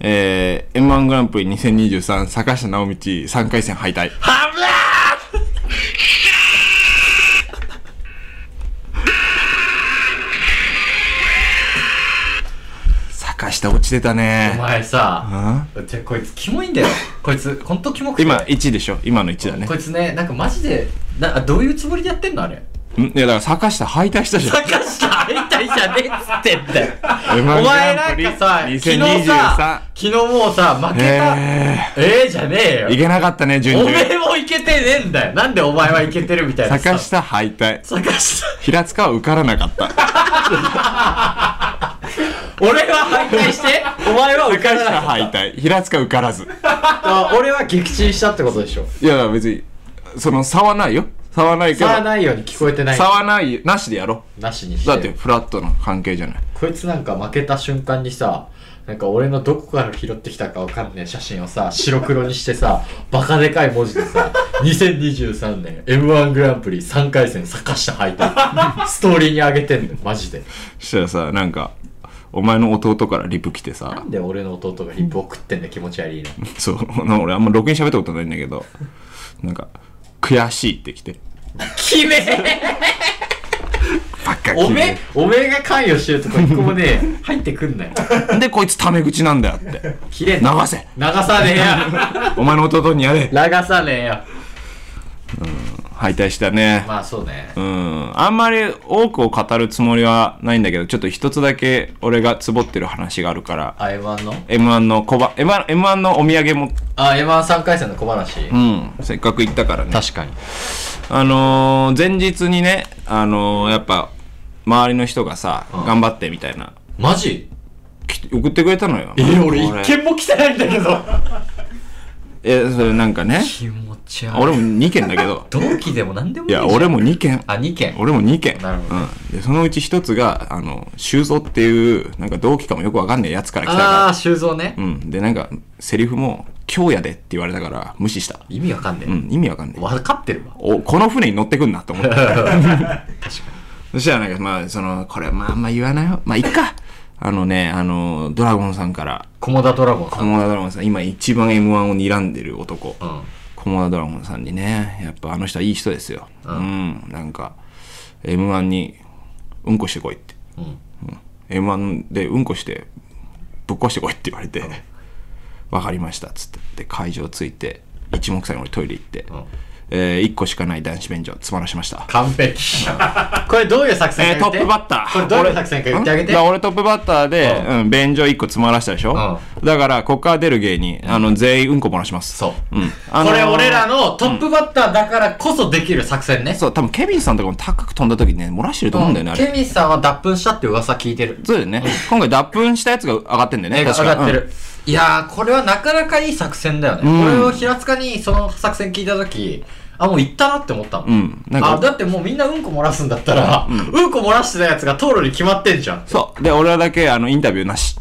[SPEAKER 2] えー、m 1グランプリ2023坂下直道3回戦敗退
[SPEAKER 1] ハムラ
[SPEAKER 2] 坂下落ちてた
[SPEAKER 1] ーお
[SPEAKER 2] ね
[SPEAKER 1] 前さ、
[SPEAKER 2] あ
[SPEAKER 1] じゃこいつキモいんだよ。こいつ、ほんとキモくて。
[SPEAKER 2] 今1でしょ今の1だね
[SPEAKER 1] こいつね、なんかマジで、などういうつもりでやってんのあれ。
[SPEAKER 2] んいやだから坂下敗退したじゃん
[SPEAKER 1] 坂下会いたいじゃねえっつってんだよ。お
[SPEAKER 2] M1
[SPEAKER 1] 前なんかさ、昨日さ、昨日もうさ、負けた。
[SPEAKER 2] え
[SPEAKER 1] ええじゃねえよ
[SPEAKER 2] ー、い。けなかったね準
[SPEAKER 1] お
[SPEAKER 2] 々
[SPEAKER 1] めえもいけてねえんだよ。なんでお前はいけてるみたいな
[SPEAKER 2] 坂
[SPEAKER 1] さ。
[SPEAKER 2] 下敗退
[SPEAKER 1] 坂下。
[SPEAKER 2] 平塚は受からなかった
[SPEAKER 1] 俺は敗退して、 *laughs* お前は受か
[SPEAKER 2] 坂
[SPEAKER 1] らなか
[SPEAKER 2] 下
[SPEAKER 1] っ
[SPEAKER 2] 敗退平塚受からず
[SPEAKER 1] た。俺は撃沈したってことでしょ。
[SPEAKER 2] いやだから別にその差はないよ差はないけど
[SPEAKER 1] 差はないように聞こえてない
[SPEAKER 2] 差。はないなしでやろ
[SPEAKER 1] なしにし
[SPEAKER 2] う
[SPEAKER 1] て。
[SPEAKER 2] だってフラットな関係じゃない
[SPEAKER 1] こいつなんか負けた瞬間にさ、なんか俺のどこから拾ってきたかわかんねえ写真をさ、白黒にしてさ、 *laughs* バカでかい文字で *laughs* さ、2023年 M1 グランプリ3回戦坂下敗 *laughs* 退。ストーリーに上げてんの、マジで。
[SPEAKER 2] そしたらさなんかお前の弟からリプ来て
[SPEAKER 1] な
[SPEAKER 2] さ
[SPEAKER 1] んで俺の弟がリップ送ってんだよ気持ち悪いな。
[SPEAKER 2] そうな俺あんまろくに喋ったことないんだけどなんか悔しいって来て
[SPEAKER 1] きめえ
[SPEAKER 2] バカ
[SPEAKER 1] おめえ、おめえが関与してるとこ一個もねえ、
[SPEAKER 2] *laughs*
[SPEAKER 1] 入ってくんなよ。
[SPEAKER 2] なんでこいつタメ口なんだよって
[SPEAKER 1] きれい
[SPEAKER 2] 流
[SPEAKER 1] な。
[SPEAKER 2] せ
[SPEAKER 1] 流さねえ
[SPEAKER 2] お前の弟にやれ
[SPEAKER 1] よ。流さねえよ。
[SPEAKER 2] 敗退したね
[SPEAKER 1] まあそうね。
[SPEAKER 2] うんあんまり多くを語るつもりはないんだけどちょっと一つだけ俺がつぼってる話があるから
[SPEAKER 1] あ、M1 の
[SPEAKER 2] M1 の小ば M1, M1 のお土産も、
[SPEAKER 1] あ、M13 回戦の小話。
[SPEAKER 2] うん、せっかく行ったからね
[SPEAKER 1] 確かに。
[SPEAKER 2] あのー前日にね、あのーやっぱ周りの人がさ、
[SPEAKER 1] ん
[SPEAKER 2] 頑張ってみたいな
[SPEAKER 1] マジ
[SPEAKER 2] き送ってくれたのよ
[SPEAKER 1] え俺一件も来てないんだけど。
[SPEAKER 2] えそれなんかね
[SPEAKER 1] 気持ち悪い。
[SPEAKER 2] 俺も2件だ
[SPEAKER 1] *laughs*
[SPEAKER 2] けど
[SPEAKER 1] 同期でも何でも
[SPEAKER 2] い
[SPEAKER 1] いいじゃ
[SPEAKER 2] や
[SPEAKER 1] ん。
[SPEAKER 2] 俺も2件
[SPEAKER 1] あ、2件。
[SPEAKER 2] 俺も2件
[SPEAKER 1] なるほど
[SPEAKER 2] うん、でそのうち1つがあの修造っていうなんか同期かもよくわかんないやつから来た
[SPEAKER 1] あ
[SPEAKER 2] か
[SPEAKER 1] あ、修造ね
[SPEAKER 2] ら、う。ん、でなんかセリフも「今日やで」って言われたから無視した、
[SPEAKER 1] 意味わかんね
[SPEAKER 2] うん、意味わかんな
[SPEAKER 1] え。
[SPEAKER 2] い
[SPEAKER 1] わかってるわ。
[SPEAKER 2] おこの船に乗ってくんなと *laughs* 思ってそしたらなんかまあそのこれまああんま言わないよまあいっかあのねあのドラゴンさんから
[SPEAKER 1] 駒田ドラゴンさん。
[SPEAKER 2] 駒田ドラゴンさん今一番 m 1を睨んでる男
[SPEAKER 1] うん。
[SPEAKER 2] 駒田ドラゴンさんにねやっぱあの人はいい人ですようん、なんか m 1にうんこしてこいって、
[SPEAKER 1] うん。
[SPEAKER 2] m 1でうんこしてぶっ壊してこいって言われて「わかりました」っつってで会場着いて一目散に俺トイレ行って、
[SPEAKER 1] ん
[SPEAKER 2] え1個しかない男子便所つまらしました
[SPEAKER 1] 完璧。これどういう作
[SPEAKER 2] え
[SPEAKER 1] 戦か言
[SPEAKER 2] ート
[SPEAKER 1] って
[SPEAKER 2] ップバッター
[SPEAKER 1] これどういう作戦か言ってあげて。
[SPEAKER 2] んだ
[SPEAKER 1] う
[SPEAKER 2] ら俺トップバッターで、うん便所1個詰まらしたでしょ、だからここから出る芸人あの全員うんこ漏らします
[SPEAKER 1] そう。
[SPEAKER 2] う、ん、あの
[SPEAKER 1] こ
[SPEAKER 2] ー
[SPEAKER 1] れ俺らのトップバッターだからこそできる作戦ね。
[SPEAKER 2] そう多分ケビンさんとかも高く飛んだ時ね漏らしてると思うんだよね、あれ
[SPEAKER 1] ケミさんは脱粉したって噂聞いてる。
[SPEAKER 2] そうだよね今回脱粉したやつが上がってんだよね
[SPEAKER 1] 映画
[SPEAKER 2] 確
[SPEAKER 1] 上
[SPEAKER 2] か
[SPEAKER 1] がって
[SPEAKER 2] うん
[SPEAKER 1] る。いやー、これはなかなかいい作戦だよね。
[SPEAKER 2] ん
[SPEAKER 1] これを平塚にその作戦聞いたとき、あ、もう行ったなって思ったもん。
[SPEAKER 2] うんなんか
[SPEAKER 1] あ、だってもうみんなうんこ漏らすんだったら、うん、こ漏らしてたやつが通路に決まってんじゃん。
[SPEAKER 2] そうで俺らだけあのインタビュー
[SPEAKER 1] *laughs*
[SPEAKER 2] なし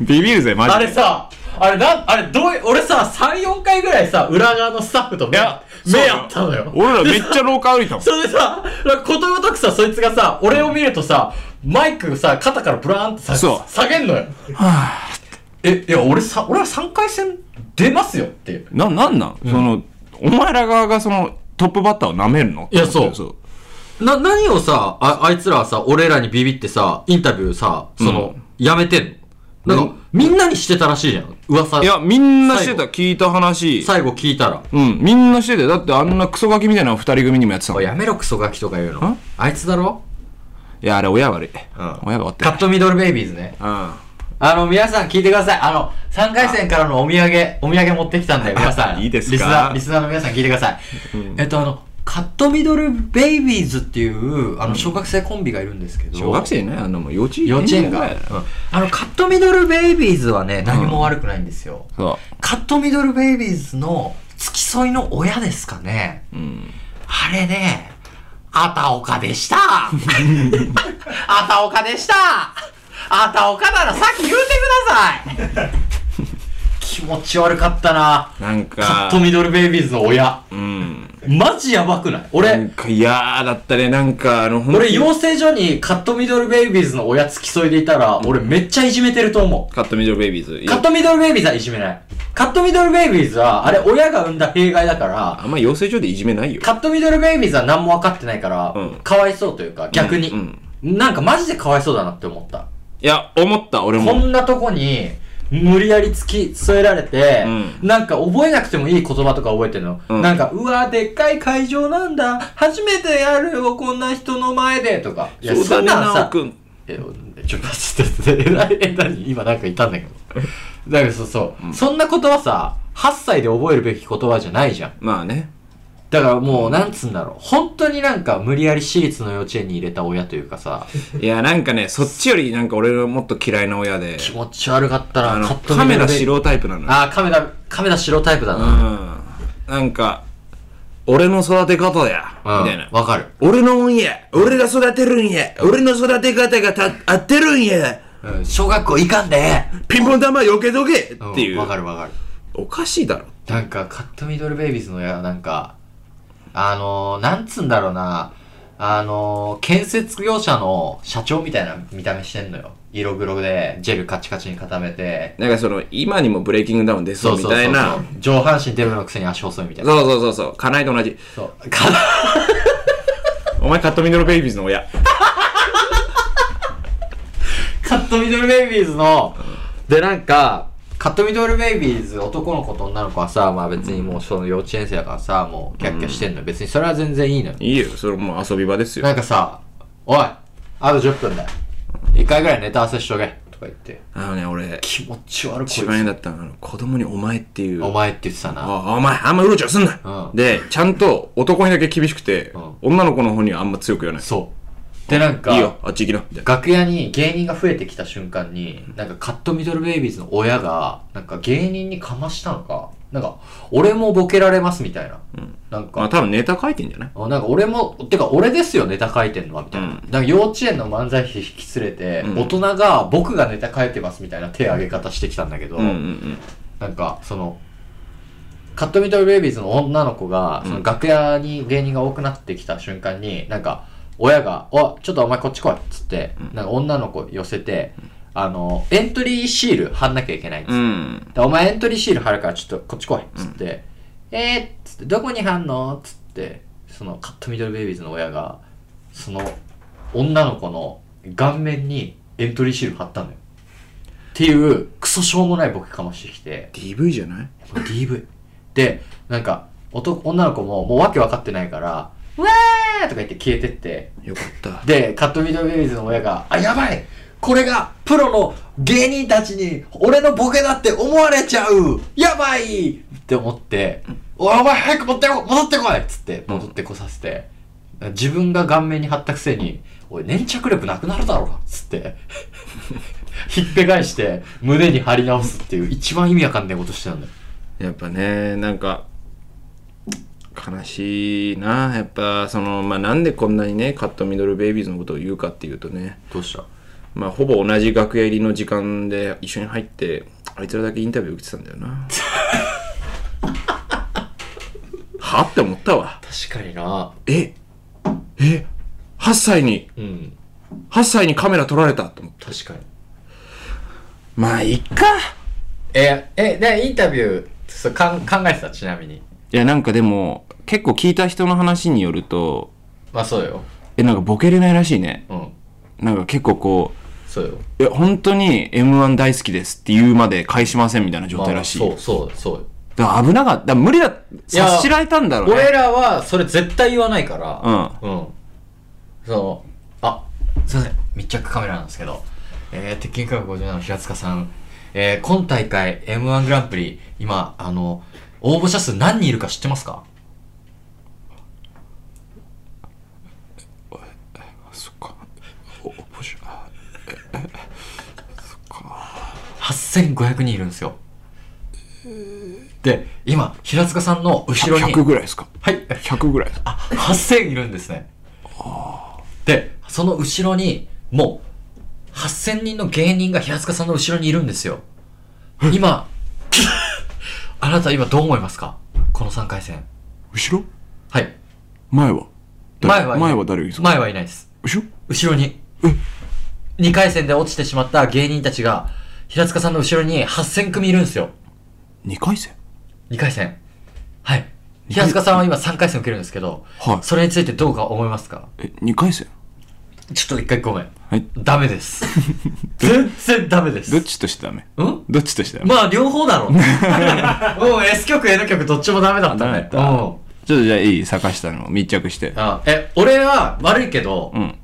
[SPEAKER 2] ビビるぜマジで
[SPEAKER 1] あれさ、あれなん、あれどうい、俺さ、3、4回ぐらいさ、裏側のスタッフと目
[SPEAKER 2] や
[SPEAKER 1] 目合ったのよ。
[SPEAKER 2] 俺らめっちゃ廊下歩いたもん
[SPEAKER 1] それでさ、なんかことごとくさ、そいつがさ、俺を見るとさ、マイクさ、肩からブラーンってさ
[SPEAKER 2] そう
[SPEAKER 1] 下げんのよ。え、いや、俺さ、俺は3回戦出ますよっていう。
[SPEAKER 2] な、なんなん、その、お前ら側がその、トップバッターを舐めるの
[SPEAKER 1] いやそう
[SPEAKER 2] そう。
[SPEAKER 1] な、何をさ、あ、あいつらはさ、俺らにビビってさ、インタビューさ、その、やめてんのなんか、みんなにしてたらしいじゃん。噂。
[SPEAKER 2] いや、みんなしてた、
[SPEAKER 1] 最
[SPEAKER 2] 聞いた話。
[SPEAKER 1] 最後聞いたら。
[SPEAKER 2] うん、みんなしてたよだってあんなクソガキみたいなの二人組にもやってたも
[SPEAKER 1] お
[SPEAKER 2] ん。
[SPEAKER 1] い
[SPEAKER 2] い
[SPEAKER 1] やめろ、クソガキとか言うの
[SPEAKER 2] ん。
[SPEAKER 1] あいつだろ
[SPEAKER 2] や、あれ親悪い。
[SPEAKER 1] ん
[SPEAKER 2] 親が悪い。
[SPEAKER 1] カットミドルベイビーズね。
[SPEAKER 2] うん。
[SPEAKER 1] あの、皆さん聞いてください。あの、3回戦からのお土産、お土産持ってきたんで、皆さん。
[SPEAKER 2] いいですか
[SPEAKER 1] リスナー、リスナーの皆さん聞いてください。えっと、あの、カットミドルベイビーズっていう、あの、小学生コンビがいるんですけど。
[SPEAKER 2] 小学生ね、あんなもう幼稚園
[SPEAKER 1] 幼稚園
[SPEAKER 2] ぐ
[SPEAKER 1] が、
[SPEAKER 2] らいだよ
[SPEAKER 1] うんあの、カットミドルベイビーズはね、何も悪くないんですよ。
[SPEAKER 2] そ
[SPEAKER 1] カットミドルベイビーズの付き添いの親ですかね。
[SPEAKER 2] う。うん。
[SPEAKER 1] あれね、あたおかでした。 *laughs* あたおかでした。あたおかならさっき言うてください。気持ち悪かったな。
[SPEAKER 2] なんか、
[SPEAKER 1] カットミドルベイビーズの親。
[SPEAKER 2] うん。
[SPEAKER 1] マジやばくない
[SPEAKER 2] な
[SPEAKER 1] 俺
[SPEAKER 2] ん、か、いやーだったね、なんか、あの、ほんと
[SPEAKER 1] 俺養成所にカットミドルベイビーズの親付き添いでいたら、俺めっちゃいじめてると思。
[SPEAKER 2] カットミドルベイビーズ。いうや
[SPEAKER 1] カットミドルベイビーズはいじめない。カットミドルベイビーズは、あれ親が生んだ弊害だから、
[SPEAKER 2] あんま養成所でいじめないよ。
[SPEAKER 1] カットミドルベイビーズは何も分かってないから、
[SPEAKER 2] うん
[SPEAKER 1] かわいそうというか、逆に、
[SPEAKER 2] うん
[SPEAKER 1] なんかマジでかわいそうだなって思った。
[SPEAKER 2] いや、思った、俺
[SPEAKER 1] こ
[SPEAKER 2] も。
[SPEAKER 1] んなとこに、無理やり付き添えられて、
[SPEAKER 2] う
[SPEAKER 1] なんか覚えなくてもいい言葉とか覚えてるの。
[SPEAKER 2] うん
[SPEAKER 1] なんか、うわ、でっかい会場なんだ。初めてやるよ、こんな人の前で。とか。いや、
[SPEAKER 2] そうだ
[SPEAKER 1] ん
[SPEAKER 2] ね、
[SPEAKER 1] なん
[SPEAKER 2] なお
[SPEAKER 1] さ
[SPEAKER 2] く、ん。
[SPEAKER 1] え、ちょ、待って、え、なえ、何 *laughs* 今なんか言ったんだけど。だからそうそう、そんな言葉さ、8歳で覚えるべき言葉じゃないじゃん。
[SPEAKER 2] まあね。
[SPEAKER 1] だからもう、なんつうんだろう。本当になんか無理やり私立の幼稚園に入れた親というかさ、
[SPEAKER 2] いや、なんかね、そっちよりなんか俺のもっと嫌いな親で、
[SPEAKER 1] 気持ち悪かった
[SPEAKER 2] あ
[SPEAKER 1] ら、
[SPEAKER 2] の、
[SPEAKER 1] カット
[SPEAKER 2] カメラ
[SPEAKER 1] 白。
[SPEAKER 2] 白タイプなのよ。
[SPEAKER 1] あー、カメラ、カメラ白タイプだ
[SPEAKER 2] う
[SPEAKER 1] な。
[SPEAKER 2] ん。なんか、俺の育て方や、
[SPEAKER 1] うん。
[SPEAKER 2] みたいな。
[SPEAKER 1] わかる。
[SPEAKER 2] 俺のもんや、俺が育てるんや、俺の育て方がた合ってるんや、
[SPEAKER 1] うん小学校行かんで
[SPEAKER 2] ピンポン玉よけとけって
[SPEAKER 1] っ
[SPEAKER 2] いう。
[SPEAKER 1] わかるわかる。
[SPEAKER 2] おかしいだろ。
[SPEAKER 1] なんか、カットミドルベイビーズのや、なんか、あのー、なんつんだろうな、あのー、建設業者の社長みたいな見た目してんのよ。色黒で、ジェルカチカチに固めて、
[SPEAKER 2] なんかその、今にもブレイキングダウン出そうみたいな。
[SPEAKER 1] 上半身デブのくせに足細いみたいな。
[SPEAKER 2] そうそうそうそう。カナイと同じ。
[SPEAKER 1] そう。か
[SPEAKER 2] お前カットミドルベイビーズの親。
[SPEAKER 1] カットミドルベイビーズの、でなんか、カットミドルベイビーズ、男の子と女の子はさ、まあ別にもうその幼稚園生だからさ、もうキャッキャしてんのよ。別にそれは全然いいのよ。
[SPEAKER 2] いいよ。それもう遊び場ですよ。
[SPEAKER 1] なんかさ、おい、あと10分だよ。1回ぐらいネタ合わせしとけ。とか言って。
[SPEAKER 2] あのね、俺、
[SPEAKER 1] 気持ち悪
[SPEAKER 2] 一
[SPEAKER 1] いこ
[SPEAKER 2] 番
[SPEAKER 1] い
[SPEAKER 2] 嫌だったのは、あの子供にお前っていう。
[SPEAKER 1] つ。お前って言ってたな。
[SPEAKER 2] あお前、あんまうろちょろすんな、
[SPEAKER 1] うん
[SPEAKER 2] で、ちゃんと男にだけ厳しくて、
[SPEAKER 1] ん
[SPEAKER 2] 女の子の方にはあんま強く言わない。
[SPEAKER 1] そう。で、なんか、
[SPEAKER 2] いいよ、あっち行きな。みたいな
[SPEAKER 1] 楽屋に芸人が増えてきた瞬間に、なんかカットミドルベイビーズの親が、なんか芸人にかましたのか、なんか、俺もボケられますみたいな。なん
[SPEAKER 2] まあ
[SPEAKER 1] か、
[SPEAKER 2] 多分ネタ書いてんじゃない
[SPEAKER 1] あなんか俺も、てか俺ですよ、ネタ書いてんのは、みたいな。なんか幼稚園の漫才師引き連れて、
[SPEAKER 2] うん
[SPEAKER 1] 大人が僕がネタ書いてますみたいな手挙げ方してきたんだけど、
[SPEAKER 2] うんうんうん。
[SPEAKER 1] なんか、その、カットミドルベイビーズの女の子が、その楽屋に芸人が多くなってきた瞬間に、なんか、親が、お、ちょっとお前こっち来いっつって、なんか女の子寄せて、あの、エントリーシール貼んなきゃいけないっつって
[SPEAKER 2] うん。
[SPEAKER 1] でお前エントリーシール貼るからちょっとこっち来い」っつって「えー」っつって「どこに貼んの?」っつってそのカットミドルベイビーズの親がその女の子の顔面にエントリーシール貼ったのよっていうクソしょうもないボケかましてきて
[SPEAKER 2] DV じゃない
[SPEAKER 1] もう DV でなんか男女の子ももう訳分かってないから「うわー!」とか言って消えてって
[SPEAKER 2] よかった。
[SPEAKER 1] で、カットミドルベイビーズの親が、あ、やばいこれがプロの芸人たちに俺のボケだって思われちゃうやばいって思って、おいお前早く持ってこ戻ってこいっつって戻ってこさせて、自分が顔面に貼ったくせに、おい粘着力なくなるだろうっつ *laughs* って、ひっぺ返して胸に貼り直すっていう一番意味わかんないことしてたんだよ。
[SPEAKER 2] やっぱね、なんか、悲しいな。やっぱ、その、まあなんでこんなにね、カットミドルベイビーズのことを言うかっていうとね、
[SPEAKER 1] どうした
[SPEAKER 2] まあほぼ同じ楽屋入りの時間で一緒に入って、あいつらだけインタビュー受けてたんだよな。
[SPEAKER 1] *laughs*
[SPEAKER 2] はって思ったわ。
[SPEAKER 1] 確かにな。
[SPEAKER 2] ええ8歳に
[SPEAKER 1] うん。
[SPEAKER 2] 8歳にカメラ撮られたと思って
[SPEAKER 1] 確かに。
[SPEAKER 2] まあいっか
[SPEAKER 1] え、え、で、インタビュー、そうかん考えてたちなみに。
[SPEAKER 2] いやなんかでも結構聞いた人の話によると
[SPEAKER 1] まあそうよ。
[SPEAKER 2] えなんかボケれないらしいね
[SPEAKER 1] うん。
[SPEAKER 2] なんか結構こ
[SPEAKER 1] そうよ。
[SPEAKER 2] う「いや本当に m 1大好きです」って言うまで返しませんみたいな状態らしい、
[SPEAKER 1] まあそう、そう、そうよ。
[SPEAKER 2] だから危なかっただから無理だ
[SPEAKER 1] や
[SPEAKER 2] 察しられたんだろう
[SPEAKER 1] 俺
[SPEAKER 2] ね
[SPEAKER 1] らは、それ絶対言わないから、うん。その、あ、すいません、密着カメラなんですけど、えー、鉄拳クラブ57の平塚さん、えー、今大会 M1 グランプリ、今、あの、応募者数何人いるか知ってますか
[SPEAKER 2] そっかおポジあ
[SPEAKER 1] ?8500 人いるんですよ。で、今、平塚さんの後ろに、
[SPEAKER 2] 100ぐらいですか
[SPEAKER 1] はい、
[SPEAKER 2] 100ぐらいですか
[SPEAKER 1] あ、8000いるんですね。で、その後ろに、もう、8000人の芸人が平塚さんの後ろにいるんですよ。今、あなた今どう思いますかこの3回戦。
[SPEAKER 2] 後ろ
[SPEAKER 1] はい。
[SPEAKER 2] 前は
[SPEAKER 1] 前はいない
[SPEAKER 2] 前は誰がいいですか
[SPEAKER 1] 前はいないです。
[SPEAKER 2] 後ろ
[SPEAKER 1] 後ろに。2回戦で落ちてしまった芸人たちが、平塚さんの後ろに8000組いるんですよ。
[SPEAKER 2] 2回戦
[SPEAKER 1] 2回戦。はい。平塚さんは今3回戦受けるんですけど、
[SPEAKER 2] はい
[SPEAKER 1] それについてどうか思いますか
[SPEAKER 2] え2回戦
[SPEAKER 1] ちょっと一回ごめん。
[SPEAKER 2] はい
[SPEAKER 1] ダメ *laughs* です。全然ダメです。
[SPEAKER 2] どっちとしてダメ
[SPEAKER 1] うん
[SPEAKER 2] どっちとしてダメ、
[SPEAKER 1] まあ、両方だろう。 *laughs* うん、S 曲、N 曲、どっちもダメだった
[SPEAKER 2] ダメだ
[SPEAKER 1] ね
[SPEAKER 2] っ。
[SPEAKER 1] う
[SPEAKER 2] た
[SPEAKER 1] ん。
[SPEAKER 2] ちょっとじゃあいい坂下の密着して
[SPEAKER 1] あえ、俺は悪いけど、
[SPEAKER 2] うん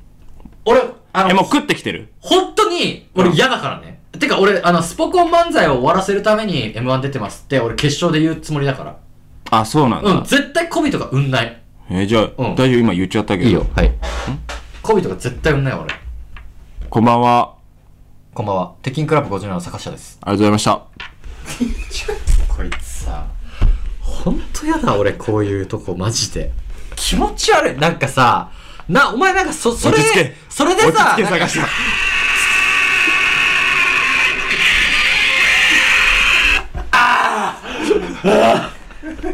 [SPEAKER 1] 俺、あ
[SPEAKER 2] えも
[SPEAKER 1] の、
[SPEAKER 2] う食ってきてる
[SPEAKER 1] 本当に、俺嫌だからね。てか、俺、あの、スポコン漫才を終わらせるために M1 出てますって、俺決勝で言うつもりだから。
[SPEAKER 2] あそうなんだ、
[SPEAKER 1] うん、絶対媚びとか産んない。
[SPEAKER 2] えじゃあ、
[SPEAKER 1] うん
[SPEAKER 2] 大丈夫今言っちゃったけど
[SPEAKER 1] はい。媚びとか絶対産んない、俺。
[SPEAKER 2] こんばんは
[SPEAKER 1] こんばんは。鉄筋クラブ57の坂下です。
[SPEAKER 2] ありがとうございました
[SPEAKER 1] こいつさほんとやだ俺こういうとこマジで気持ち悪いなんかさなお前なんかそそれ
[SPEAKER 2] 落ち着け
[SPEAKER 1] それで
[SPEAKER 2] 落ち
[SPEAKER 1] さ
[SPEAKER 2] 着け
[SPEAKER 1] なん
[SPEAKER 2] 坂
[SPEAKER 1] か
[SPEAKER 2] 下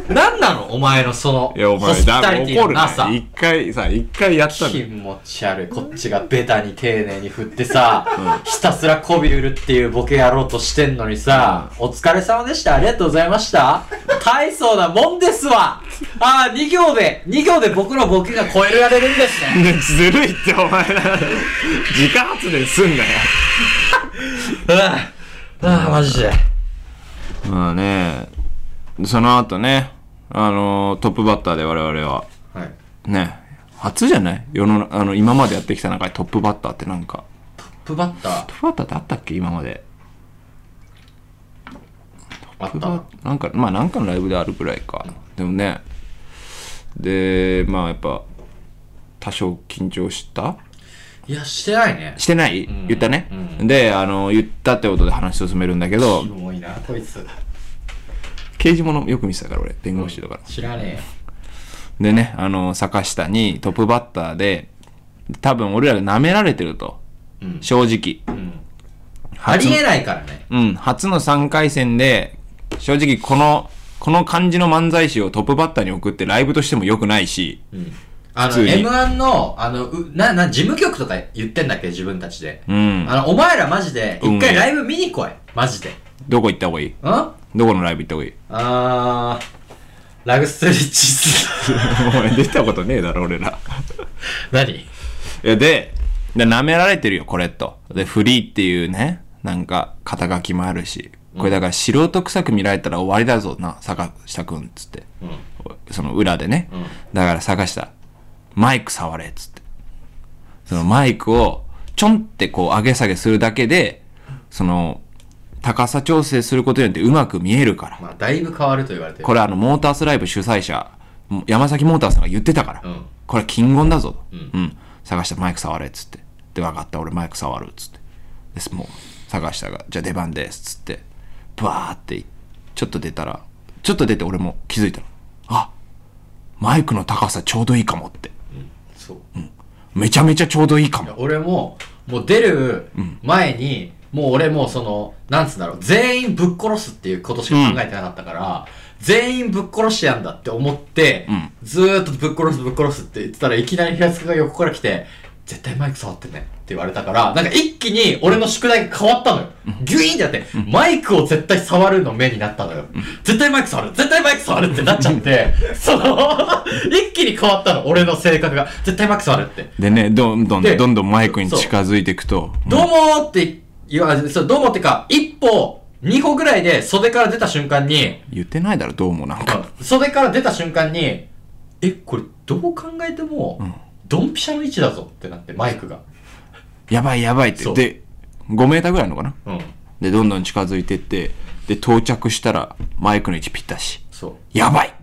[SPEAKER 1] なんなのお前のその、
[SPEAKER 2] いや、お
[SPEAKER 1] ホ
[SPEAKER 2] 前、
[SPEAKER 1] スピタ
[SPEAKER 2] だから
[SPEAKER 1] リティ
[SPEAKER 2] 怒
[SPEAKER 1] の
[SPEAKER 2] る
[SPEAKER 1] なさ
[SPEAKER 2] ね。。一回さ、一回やったの。
[SPEAKER 1] 気持ち悪い。こっちがベタに丁寧に振ってさ、ひたすら媚び売るっていうボケやろうとしてんのにさ、お疲れ様でした。ありがとうございました。大層なもんですわ。ああ、2行で、2行で僕のボケが超えられるんですね。
[SPEAKER 2] ねずるいって、お前ら。自家発電すんなよ。
[SPEAKER 1] *laughs* ああ、マジで。
[SPEAKER 2] まあね、その後ね、あのー、トップバッターで我々は、
[SPEAKER 1] はい。
[SPEAKER 2] ね、初じゃない世の中、あの、今までやってきた中でトップバッターってなんか、
[SPEAKER 1] トップバッター
[SPEAKER 2] トップバッターってあったっけ今まで。
[SPEAKER 1] あっ
[SPEAKER 2] トップ
[SPEAKER 1] た
[SPEAKER 2] バッ
[SPEAKER 1] な。
[SPEAKER 2] なんか、まあなんかのライブであるぐらいか。でもね、で、まあやっぱ、多少緊張した
[SPEAKER 1] いや、してないね。
[SPEAKER 2] してない、
[SPEAKER 1] ん
[SPEAKER 2] 言ったね、
[SPEAKER 1] う
[SPEAKER 2] で、あの、言ったってことで話進めるんだけど
[SPEAKER 1] キ、モいな、こいつ。
[SPEAKER 2] 刑事物よく見てたから俺、弁護士だから。
[SPEAKER 1] 知らねえよ。
[SPEAKER 2] でね、あの、坂下にトップバッターで、多分俺らが舐められてると。
[SPEAKER 1] うん
[SPEAKER 2] 正直。
[SPEAKER 1] うん。あ
[SPEAKER 2] 初
[SPEAKER 1] り
[SPEAKER 2] の
[SPEAKER 1] えないからね。
[SPEAKER 2] うん、初の3回戦で、正直この、この感じの漫才師をトップバッターに送ってライブとしても良くないし、
[SPEAKER 1] あの、
[SPEAKER 2] 普通に
[SPEAKER 1] M1 の、あの、うな、な、事務局とか言ってんだっけ自分たちで。
[SPEAKER 2] うん。
[SPEAKER 1] あの、お前らマジで、
[SPEAKER 2] うん
[SPEAKER 1] 一回ライブ見に来い。マジで。ん
[SPEAKER 2] どこ行った方がいい
[SPEAKER 1] あ
[SPEAKER 2] どこのライブ行った方がいい
[SPEAKER 1] ー、ラグスリッチス。
[SPEAKER 2] *laughs* お前出たことねえだろ、俺ら。
[SPEAKER 1] 何
[SPEAKER 2] いやで、で舐められてるよ、これと。で、フリーっていうね、なんか、肩書きもあるし、これだから素人臭く見られたら終わりだぞな、坂下くん、つって。その裏でね。だから坂下、マイク触れ、つって。そのマイクを、ちょんってこう上げ下げするだけで、その、高さ調整することによってうまく見えるから。
[SPEAKER 1] まあ、だいぶ変わると言われてる。
[SPEAKER 2] これあの、モータースライブ主催者、山崎モーターさんが言ってたから。
[SPEAKER 1] うん
[SPEAKER 2] これ金言だぞと。うん。探してマイク触れっつって。で、分かった、俺マイク触るっつって。です、もう、探したが、じゃあ出番ですっつって、バーって、ちょっと出たら、ちょっと出て俺も気づいたの。あマイクの高さちょうどいいかもって。
[SPEAKER 1] そう。
[SPEAKER 2] めちゃめちゃちょうどいいかも。
[SPEAKER 1] 俺も、もう出る前に、もう俺もうその、なんつうんだろう、全員ぶっ殺すっていうことしか考えてなかったから、全員ぶっ殺してやんだって思って、ずーっとぶっ殺すぶっ殺すって言ってたらいきなり平塚が横から来て、絶対マイク触ってねって言われたから、なんか一気に俺の宿題が変わったのよ。ギュイーンってなって、マイクを絶対触るの目になったのよ。絶対マイク触る絶対マイク触るってなっちゃって、その、一気に変わったの、俺の性格が。絶対マイク触るって。
[SPEAKER 2] でね、どんどん、
[SPEAKER 1] で
[SPEAKER 2] どんどんマイクに近づいていくと、
[SPEAKER 1] どうもーって言わ、そう、どうもってか、一歩、二歩ぐらいで袖から出た瞬間に、
[SPEAKER 2] 言ってないだろ、どうもなんか。
[SPEAKER 1] 袖から出た瞬間に、え、これどう考えても、ドンピシャの位置だぞってなって、マイクが。
[SPEAKER 2] やばいやばいって。
[SPEAKER 1] そう
[SPEAKER 2] で、5メーターぐらいあるのかな
[SPEAKER 1] うん。
[SPEAKER 2] で、どんどん近づいてって、で、到着したら、マイクの位置ぴったし。
[SPEAKER 1] そう。
[SPEAKER 2] やばい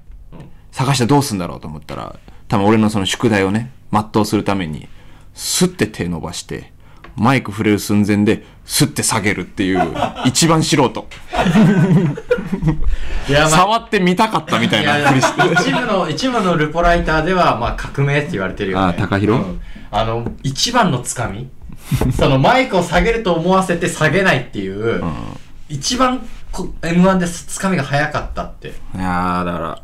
[SPEAKER 2] 探してどうすんだろうと思ったら、多分俺のその宿題をね、全うするために、スッて手伸ばして、マイク触れる寸前で、スッて下げるっていう、一番素人。
[SPEAKER 1] いや、まあ、
[SPEAKER 2] 触ってみたかったみたい
[SPEAKER 1] いやい
[SPEAKER 2] な
[SPEAKER 1] や
[SPEAKER 2] ふりして。
[SPEAKER 1] 一部の、一部のルポライターでは、まあ、革命って言われてるよね。
[SPEAKER 2] あ高弘
[SPEAKER 1] うんあの、一番のつかみそのマイクを下げると思わせて下げないっていう、一番こ M1 でつかみが早かったって。
[SPEAKER 2] いやー、だから、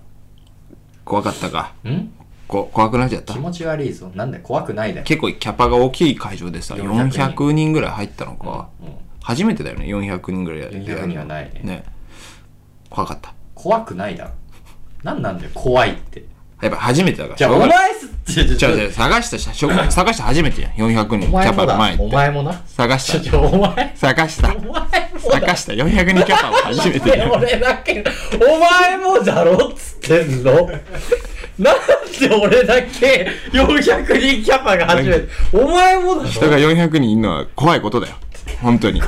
[SPEAKER 2] 怖かったか。
[SPEAKER 1] ん
[SPEAKER 2] こ怖くなっちゃった
[SPEAKER 1] 気。持ち悪いぞ。なんだよ怖くないだよ。
[SPEAKER 2] 結構キャパが大きい会場でさ、
[SPEAKER 1] 400人
[SPEAKER 2] 400人ぐらい入ったのか。
[SPEAKER 1] うん
[SPEAKER 2] 初めてだよね、400人ぐらいやる
[SPEAKER 1] 400人はないね
[SPEAKER 2] ね。怖かった。
[SPEAKER 1] 怖くないだろ。なんなんだよ、怖いって。
[SPEAKER 2] やっぱ初めてだから。
[SPEAKER 1] じゃあ、お前すって、
[SPEAKER 2] 違う違う、探したし、しょ探した初めてやん。400人、キ
[SPEAKER 1] お前
[SPEAKER 2] ャ
[SPEAKER 1] も
[SPEAKER 2] パの前
[SPEAKER 1] だ
[SPEAKER 2] っ、
[SPEAKER 1] お
[SPEAKER 2] て。
[SPEAKER 1] 前もな。ちょ、
[SPEAKER 2] 探し
[SPEAKER 1] ち
[SPEAKER 2] た。
[SPEAKER 1] ょ、お前、
[SPEAKER 2] 探した
[SPEAKER 1] お。前もだ。
[SPEAKER 2] 探した。400人キャパは初めてやん。
[SPEAKER 1] 俺だけ、お前もだろっつってんの。なんで俺だけ400人キャパが初めて。お前もだろ
[SPEAKER 2] 人が400人いるのは怖いことだよ。本当に。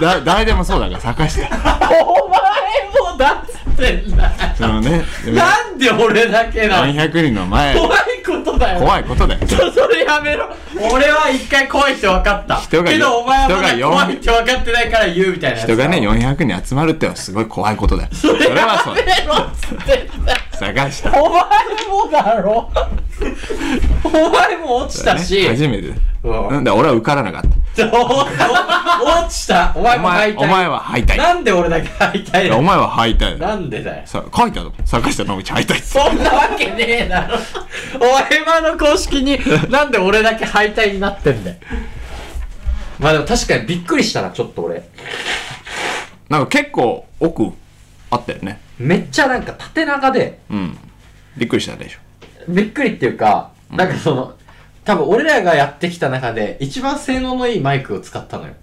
[SPEAKER 2] だ誰でもそうだから、探した。
[SPEAKER 1] お前もだっつってんだ。
[SPEAKER 2] そのね、でも
[SPEAKER 1] なんで俺だけなの
[SPEAKER 2] 400人の前、
[SPEAKER 1] 怖いことだよ。
[SPEAKER 2] 怖いことだよ。
[SPEAKER 1] ちょそれやめろ俺は一回怖いって分かった
[SPEAKER 2] 人が
[SPEAKER 1] けどお前はまだ
[SPEAKER 2] 人が
[SPEAKER 1] 怖いって分かってないから言うみたいなやつだ
[SPEAKER 2] 人がね、400人集まるってのはすごい怖いことだよ。それはそうだ
[SPEAKER 1] *laughs*
[SPEAKER 2] よ。
[SPEAKER 1] やめろっつってんだ
[SPEAKER 2] 探した。
[SPEAKER 1] お前もだろお前も落ちたし、
[SPEAKER 2] 初めて。
[SPEAKER 1] うん
[SPEAKER 2] なんだ、俺は受からなかった。
[SPEAKER 1] お落ちたお前
[SPEAKER 2] お
[SPEAKER 1] も
[SPEAKER 2] 前
[SPEAKER 1] 敗退
[SPEAKER 2] お前は敗退
[SPEAKER 1] なんで俺だけ敗退だ
[SPEAKER 2] お
[SPEAKER 1] よ
[SPEAKER 2] 前は敗退だ
[SPEAKER 1] なんでだよ
[SPEAKER 2] さ書いたぞ坂下野口敗退って
[SPEAKER 1] そんなわけねえだろお今の公式になんで俺だけ敗退になってんだよまあでも確かにびっくりしたなちょっと俺
[SPEAKER 2] なんか結構奥あったよね
[SPEAKER 1] めっちゃなんか縦長で
[SPEAKER 2] うんびっくりしたでしょ
[SPEAKER 1] びっくりっていうかなんかその多分俺らがやってきた中で一番性能のいいマイクを使ったのよ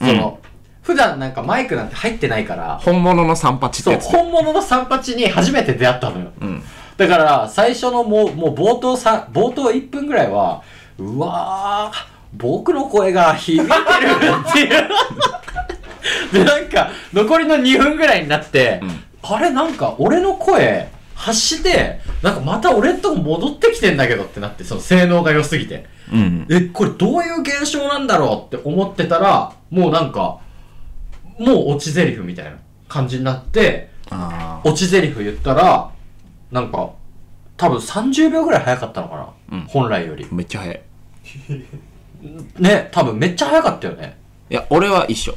[SPEAKER 1] その、普段なんかマイクなんて入ってないから
[SPEAKER 2] 本物の三八って
[SPEAKER 1] そう
[SPEAKER 2] やつね
[SPEAKER 1] 本物の三八に初めて出会ったのよ
[SPEAKER 2] うん
[SPEAKER 1] だから最初のもうもう冒頭さ冒頭1分ぐらいはうわー僕の声が響いてるっていう *laughs* でなんか残りの2分ぐらいになって、あれなんか俺の声発してなんかまた俺んとこ戻ってきてんだけどってなってその性能が良すぎて
[SPEAKER 2] うん
[SPEAKER 1] えこれどういう現象なんだろうって思ってたらもうなんかもう落ち台詞みたいな感じになって
[SPEAKER 2] あ
[SPEAKER 1] 落ち台詞言ったらなんか多分30秒ぐらい早かったのかな、
[SPEAKER 2] うん
[SPEAKER 1] 本来より
[SPEAKER 2] あめっちゃ早い
[SPEAKER 1] ね多分めっちゃ早かったよね
[SPEAKER 2] いや俺は一緒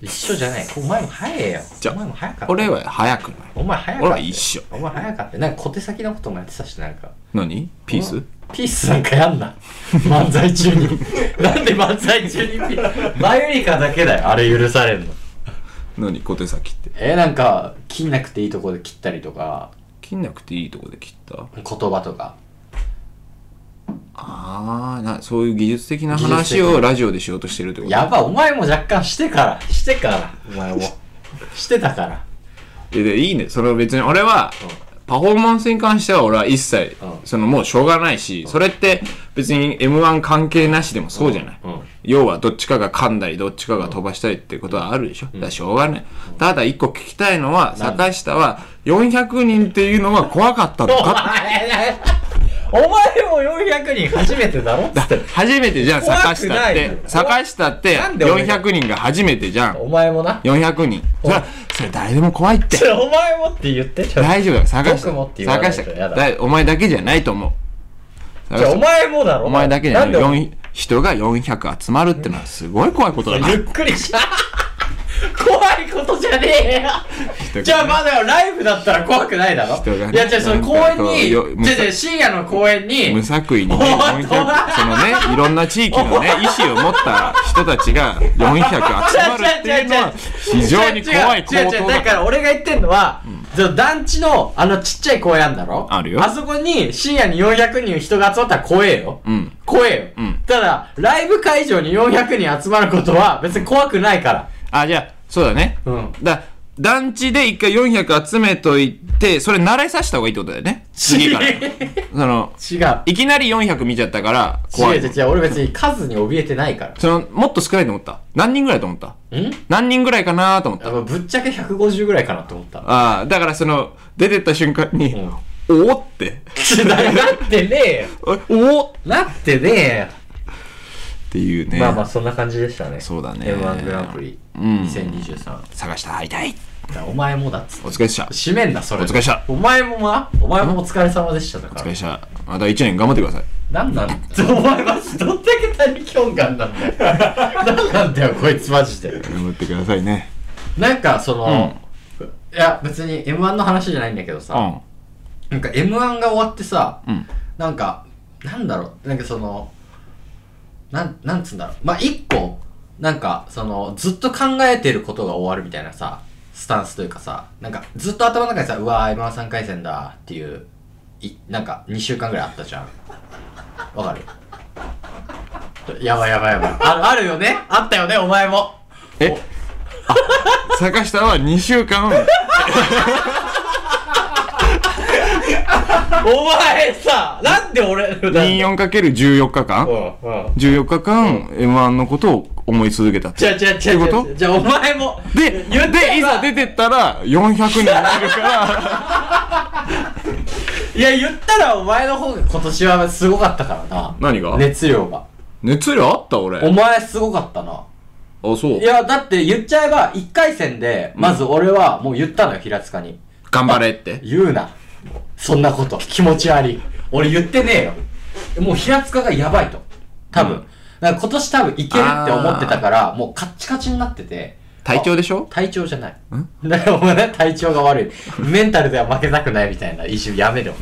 [SPEAKER 1] 一緒じゃ
[SPEAKER 2] *laughs*
[SPEAKER 1] ないお前も早えよ
[SPEAKER 2] じゃあ
[SPEAKER 1] お前も早かった
[SPEAKER 2] 俺は早くない
[SPEAKER 1] お前早かった
[SPEAKER 2] 俺は一緒
[SPEAKER 1] お前早かったなんか小手先のこともやってたしなんか
[SPEAKER 2] 何ピース
[SPEAKER 1] ピースなんかやんな *laughs* 漫才中
[SPEAKER 2] *laughs*
[SPEAKER 1] になんで漫才中にピースマユリカだけだよあれ許されんの
[SPEAKER 2] 何小手先って
[SPEAKER 1] えなんか切んなくていいとこで切ったりとか
[SPEAKER 2] 切んなくていいとこで切った
[SPEAKER 1] 言葉とか
[SPEAKER 2] ああなそういう技術的な
[SPEAKER 1] 技術
[SPEAKER 2] 話
[SPEAKER 1] 的な
[SPEAKER 2] をラジオでしようとしてるってこと
[SPEAKER 1] やばお前も若干してからしてからお前もしてたから
[SPEAKER 2] えでいいねそれは別に俺は、パフォーマンスに関しては俺は一切、
[SPEAKER 1] うん
[SPEAKER 2] そのもうしょうがないし、それって別に m 1関係なしでもそうじゃない、
[SPEAKER 1] うんうん
[SPEAKER 2] 要はどっちかが噛んだりどっちかが飛ばしたりってことはあるでしょ、だからしょうがない、ただ一個聞きたいのは坂下は400人っていうのは怖かったの
[SPEAKER 1] お
[SPEAKER 2] か
[SPEAKER 1] 前ねお前も400人初めてだろっつって
[SPEAKER 2] 初めてじゃん
[SPEAKER 1] 怖くな
[SPEAKER 2] 坂
[SPEAKER 1] い
[SPEAKER 2] 下って坂下って
[SPEAKER 1] なんで俺が
[SPEAKER 2] 400人が初めてじゃん
[SPEAKER 1] お前もな
[SPEAKER 2] 400人それはそれ誰でも怖
[SPEAKER 1] *laughs*
[SPEAKER 2] いって
[SPEAKER 1] ちょお前もって言ってちょ
[SPEAKER 2] 大丈夫だ探して
[SPEAKER 1] 僕もって言わないと
[SPEAKER 2] 探して
[SPEAKER 1] やだ
[SPEAKER 2] だいお前だけじゃないと思う
[SPEAKER 1] じゃあお
[SPEAKER 2] 探して
[SPEAKER 1] 前もだろ
[SPEAKER 2] お前だけじ
[SPEAKER 1] な
[SPEAKER 2] ゃなんい
[SPEAKER 1] でお前
[SPEAKER 2] 4人が400集まるってのはすごい怖いことだな
[SPEAKER 1] ゆっくりした怖いことじゃねえよ
[SPEAKER 2] が
[SPEAKER 1] じゃあまだよライブだったら怖くないだろ
[SPEAKER 2] 人がね
[SPEAKER 1] いやじゃあその公園に
[SPEAKER 2] なんかこうよむさ
[SPEAKER 1] じゃあじゃあ深夜の公園に
[SPEAKER 2] 無作為にね
[SPEAKER 1] 本
[SPEAKER 2] 400
[SPEAKER 1] 当だ
[SPEAKER 2] そのねいろんな地域のね意思を持った人たちが400集まるっていうの
[SPEAKER 1] *laughs*
[SPEAKER 2] は非常に怖い行
[SPEAKER 1] 違う違う違う
[SPEAKER 2] 動
[SPEAKER 1] だ
[SPEAKER 2] だ
[SPEAKER 1] から俺が言ってんのは、その団地のあのちっちゃい公園あんだろ
[SPEAKER 2] あるよ
[SPEAKER 1] あそこに深夜に400人人が集まったら怖えよ、
[SPEAKER 2] うん
[SPEAKER 1] 怖えよ、
[SPEAKER 2] ん
[SPEAKER 1] ただライブ会場に400人集まることは別に怖くないから
[SPEAKER 2] あじゃあそうだね
[SPEAKER 1] うん
[SPEAKER 2] だ団地で一回400集めといてそれ慣れさせた方がいいってことだよね次からその
[SPEAKER 1] 違う
[SPEAKER 2] いきなり400見ちゃったから怖
[SPEAKER 1] 違う
[SPEAKER 2] い
[SPEAKER 1] 違う違う俺別に数に怯えてないから
[SPEAKER 2] そのもっと少ないと思った何人ぐらいと思った
[SPEAKER 1] ん
[SPEAKER 2] 何人ぐらいかなと思った
[SPEAKER 1] あのぶっちゃけ150ぐらいかなと思った
[SPEAKER 2] ああだからその出てった瞬間に、
[SPEAKER 1] *laughs* ん
[SPEAKER 2] おおって
[SPEAKER 1] なってねえよ
[SPEAKER 2] おおっ
[SPEAKER 1] なってねえ
[SPEAKER 2] ていうね、
[SPEAKER 1] よまあまあそんな感じでしたね
[SPEAKER 2] そうだね
[SPEAKER 1] m 1グランプリ
[SPEAKER 2] うん
[SPEAKER 1] 2023、
[SPEAKER 2] 探した敗退
[SPEAKER 1] お前もだっつって
[SPEAKER 2] お疲れっした
[SPEAKER 1] 締めんなそれ
[SPEAKER 2] お疲れっした
[SPEAKER 1] お前もなお前もお疲れ様でしただ
[SPEAKER 2] お
[SPEAKER 1] から
[SPEAKER 2] 疲れっしたまた1年頑張ってください
[SPEAKER 1] 何なんだよお *laughs* 前マジどんだけ他に興感なんだよ *laughs* 何なんだよこいつマジで
[SPEAKER 2] 頑張ってくださいね
[SPEAKER 1] なんかその、いや別に m 1の話じゃないんだけど
[SPEAKER 2] う
[SPEAKER 1] さ、
[SPEAKER 2] ん
[SPEAKER 1] なんか m 1が終わってさ、
[SPEAKER 2] うん
[SPEAKER 1] なんかなんだろうなんかそのなんなんつうんだろうまあ一個なんかそのずっと考えてることが終わるみたいなさスタンスというかさなんかずっと頭の中にさ「うわー m 1 3回戦だ」っていういなんか2週間ぐらいあったじゃんわかる
[SPEAKER 2] *laughs*
[SPEAKER 1] やばいやばいやばいああるよねあったよねお前も
[SPEAKER 2] えあ坂下は2週
[SPEAKER 1] *laughs*
[SPEAKER 2] 間
[SPEAKER 1] お前さなんで俺のだ
[SPEAKER 2] 24×14 日間
[SPEAKER 1] うんうん
[SPEAKER 2] 14日間 m 1のことを思い続けたって
[SPEAKER 1] じゃあじゃあじゃあ
[SPEAKER 2] そういうこと
[SPEAKER 1] じゃあじゃあお前も
[SPEAKER 2] で、
[SPEAKER 1] 言って
[SPEAKER 2] で、いざ出てったら、400人いる
[SPEAKER 1] *laughs*
[SPEAKER 2] から、
[SPEAKER 1] いや言ったらお前の方が今年はすごかったからな
[SPEAKER 2] 何が
[SPEAKER 1] 熱量が
[SPEAKER 2] 熱量あった俺。
[SPEAKER 1] お前すごかったな
[SPEAKER 2] あ、そう
[SPEAKER 1] い。やだって言っちゃえば1回戦でまず俺はもう言ったのよ平塚に
[SPEAKER 2] 頑張れって。
[SPEAKER 1] 言うなそんなこと気持ち悪い俺言ってねえよもう平塚がやばいと多分、なんか今年多分いけるって思ってたから、もうカッチカチになってて、
[SPEAKER 2] 体調でしょ
[SPEAKER 1] 体調じゃない。だからもうね、体調が悪い。メンタルでは負けたくないみたいな一瞬やめ
[SPEAKER 2] *laughs*
[SPEAKER 1] ろ。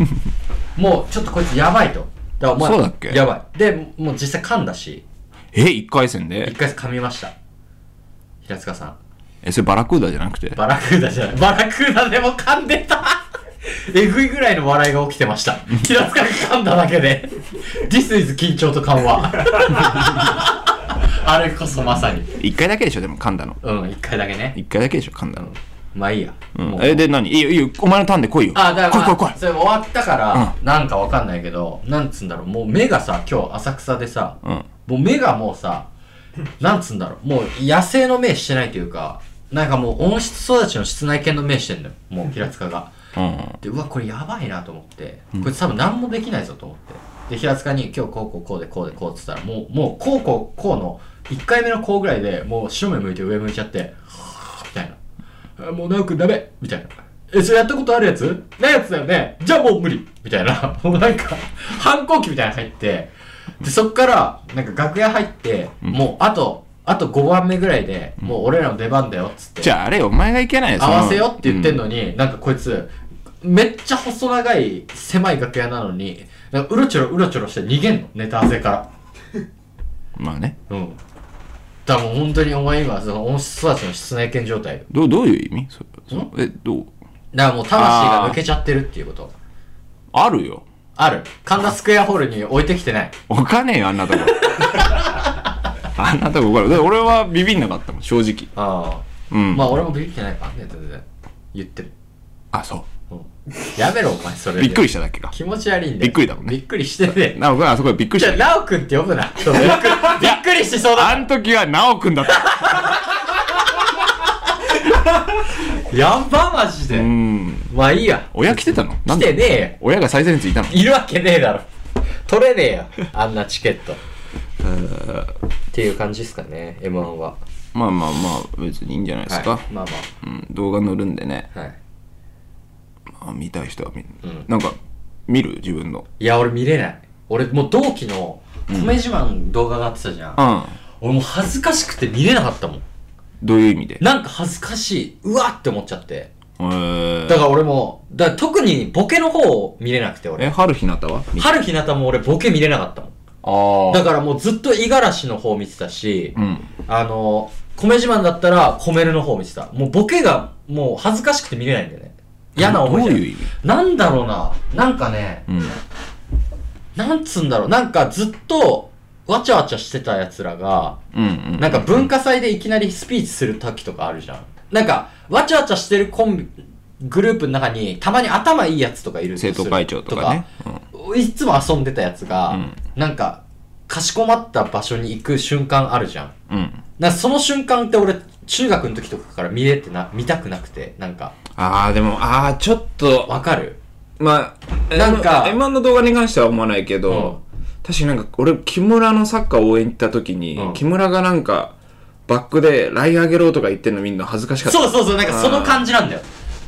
[SPEAKER 1] もうちょっとこいつやばいと。だからお前
[SPEAKER 2] そうだっけ
[SPEAKER 1] やばい。で、もう実際噛んだし、
[SPEAKER 2] え、1回戦
[SPEAKER 1] 一
[SPEAKER 2] で
[SPEAKER 1] 回噛みました。平塚さん。
[SPEAKER 2] え、それバラクーダじゃなくて
[SPEAKER 1] バラクーダじゃない。バラクーダでも噛んでた *laughs* えぐいぐらいの笑いが起きてました。平塚が噛んだだけで。This is 緊張と緩
[SPEAKER 2] *laughs*
[SPEAKER 1] 和。あれこそまさに。
[SPEAKER 2] 1回だけでしょでも噛んだの。
[SPEAKER 1] うん、一回だけね。
[SPEAKER 2] 1回だけでしょ噛んだの。
[SPEAKER 1] まあいいや。
[SPEAKER 2] うん
[SPEAKER 1] もう
[SPEAKER 2] え、で、何いいよ、いいよ。お前のターンで来いよ。
[SPEAKER 1] あ、だか
[SPEAKER 2] 来
[SPEAKER 1] ら、
[SPEAKER 2] い
[SPEAKER 1] ま
[SPEAKER 2] 来
[SPEAKER 1] あ
[SPEAKER 2] い来い。
[SPEAKER 1] それ終わったから、なんかわかんないけど、なんつうんだろう、もう目がさ、今日浅草でさ、
[SPEAKER 2] うん。
[SPEAKER 1] もう目がもうさ、なんつうんだろう、もう野生の目してないというか、なんかもう温室育ちの室内犬の目してんのよ、もう平塚が。
[SPEAKER 2] うん。
[SPEAKER 1] でうわこれやばいなと思ってこいつ多分何もできないぞと思ってで平塚に「今日こうこうこうでこうでこう」っつったらもうもうこうこうこうの1回目のこうぐらいでもう白目向いて上向いちゃって「みたいなあ「もう直くんダメ」みたいな「えそれやったことあるやつないやつだよねじゃあもう無理」みたいな *laughs* もうなんか反抗期みたいなの入ってでそっからなんか楽屋入ってもうあとあと5番目ぐらいでもう俺らの出番だよっつって
[SPEAKER 2] じゃああれ、お前がいけないそ
[SPEAKER 1] 合
[SPEAKER 2] の
[SPEAKER 1] わせよって言ってんのに、なんかこいつめっちゃ細長い狭い楽屋なのになんかうろちょろうろちょろして逃げんのネタ合わせか
[SPEAKER 2] うんまあね。
[SPEAKER 1] らうんだからもう本当にお前今その温室育ちの室内犬状態よ
[SPEAKER 2] どう、どういう意味そそえ、どう
[SPEAKER 1] だからもう魂が抜けちゃってるっていうこと
[SPEAKER 2] あるよ。
[SPEAKER 1] ある神田スクエアホールに置いてきてない
[SPEAKER 2] おかねえよ、あんなとこ。 *laughs* あんなとこから。だから俺はビビんなかったもん、正直。
[SPEAKER 1] あ
[SPEAKER 2] うん。
[SPEAKER 1] あまあ俺もビビってないからね全然言ってる、
[SPEAKER 2] あ、そ
[SPEAKER 1] うん、やめろお前それ
[SPEAKER 2] う。
[SPEAKER 1] で
[SPEAKER 2] びっくりしただけか。
[SPEAKER 1] 気持ち悪いんだよ
[SPEAKER 2] びっくりだもんね
[SPEAKER 1] びっくりしてね
[SPEAKER 2] なおくん、あそこでびっくり
[SPEAKER 1] じ
[SPEAKER 2] し
[SPEAKER 1] ゃあ
[SPEAKER 2] た。
[SPEAKER 1] なおくんって呼ぶなそうびっくりびっくりしそうだ
[SPEAKER 2] あん時はなおくんだった。
[SPEAKER 1] やばマジで、
[SPEAKER 2] うん。
[SPEAKER 1] まあいいや
[SPEAKER 2] 親来てたのな
[SPEAKER 1] 来
[SPEAKER 2] ん
[SPEAKER 1] て
[SPEAKER 2] で
[SPEAKER 1] ねえ
[SPEAKER 2] 親が最前列いたの
[SPEAKER 1] よいるわけねえだろ取れ
[SPEAKER 2] *laughs*
[SPEAKER 1] ねえよあんなチケットっていう感じですかね m 1は
[SPEAKER 2] まあまあまあ、別にいいんじゃないですか。
[SPEAKER 1] はい、まあ
[SPEAKER 2] うん、動画載るんでね、
[SPEAKER 1] まあはい
[SPEAKER 2] まあ、見たい人は見る、
[SPEAKER 1] うん
[SPEAKER 2] なんか、見る自分の。
[SPEAKER 1] いや俺見れない俺もう同期の米自慢動画があってたじゃん、
[SPEAKER 2] うん。
[SPEAKER 1] 俺もう恥ずかしくて見れなかったもん
[SPEAKER 2] どういう意味で
[SPEAKER 1] なんか恥ずかしいうわって思っちゃって
[SPEAKER 2] えー
[SPEAKER 1] だから俺もだから特にボケの方を見れなくて俺
[SPEAKER 2] え、春日向は見
[SPEAKER 1] 春日向も俺ボケ見れなかったもん
[SPEAKER 2] あ
[SPEAKER 1] だからもうずっと五十嵐の方見てたし、
[SPEAKER 2] あ。うん。
[SPEAKER 1] あの、米自慢だったら、コメルの方見てた。もうボケが、もう恥ずかしくて見れないんだよね。嫌な思い
[SPEAKER 2] ど
[SPEAKER 1] じ
[SPEAKER 2] う
[SPEAKER 1] ゃ
[SPEAKER 2] いう意
[SPEAKER 1] ん。
[SPEAKER 2] 味
[SPEAKER 1] なんだろうな。なんかね、
[SPEAKER 2] うん。
[SPEAKER 1] なんつうんだろう。なんかずっと、わちゃわちゃしてた奴らが、
[SPEAKER 2] うん、うん。
[SPEAKER 1] なんか文化祭でいきなりスピーチする時とかあるじゃん。なんか、わちゃわちゃしてるコンビ、グループの中に、たまに頭いいやつとかいるんです
[SPEAKER 2] 生
[SPEAKER 1] よ
[SPEAKER 2] 徒会長とかね。うん
[SPEAKER 1] いつも遊んでたやつが、
[SPEAKER 2] うん
[SPEAKER 1] なんか、かしこまった場所に行く瞬間あるじゃん。
[SPEAKER 2] うん。
[SPEAKER 1] なんかその瞬間って俺中学の時とかから見れてな見たくなくてなんか
[SPEAKER 2] ああ、でも、ああ、ちょっと、
[SPEAKER 1] わかる
[SPEAKER 2] まあ、
[SPEAKER 1] なんか
[SPEAKER 2] M1 の動画に関しては思わないけど、確かになんか、俺、木村のサッカー応援行った時に、
[SPEAKER 1] うん
[SPEAKER 2] 木村がなんか、バックで、ライン上げろとか言ってんのみんな恥ずかしかった。
[SPEAKER 1] そうそうそうなんかその感じなんだよ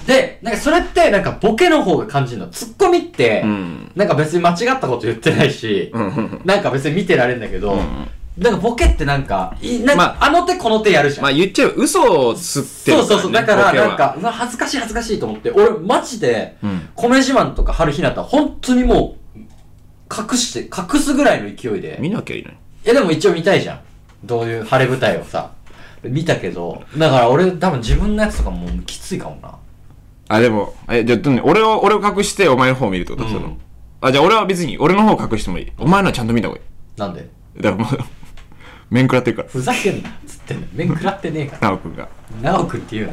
[SPEAKER 1] でなんかそれってなんかボケの方が感じるのツッコミって、
[SPEAKER 2] うん。
[SPEAKER 1] なんか別に間違ったこと言ってないし、
[SPEAKER 2] うんうん。
[SPEAKER 1] なんか別に見てられるんだけど、
[SPEAKER 2] ん
[SPEAKER 1] なんかボケってなんかいなんか、
[SPEAKER 2] ま
[SPEAKER 1] あ、の手この手やるじゃん、
[SPEAKER 2] まあ言っちゃえば嘘を吸ってる
[SPEAKER 1] そうそうそう、だから
[SPEAKER 2] ボケは
[SPEAKER 1] なんかうわ恥ずかしい恥ずかしいと思って俺マジで、
[SPEAKER 2] うん
[SPEAKER 1] 米自慢とか春日向本当にもう隠して隠すぐらいの勢いで
[SPEAKER 2] 見なきゃいいのに。
[SPEAKER 1] いやでも一応見たいじゃん。どういう晴れ舞台をさ。見たけど、だから俺多分自分のやつとかもうきついかもな。
[SPEAKER 2] あ、でも、え、じゃあ、どんな俺を、俺を隠してお前の方を見るってこと、その。あ、じゃあ俺は別に、俺の方を隠してもいい。お前のはちゃんと見た方がい
[SPEAKER 1] なんで
[SPEAKER 2] い。だからもう、 *laughs* 面食らってるから、
[SPEAKER 1] ふざけんなっつってんの。面食らってねえか
[SPEAKER 2] 奈くんが。
[SPEAKER 1] ら。なおくんって言うな。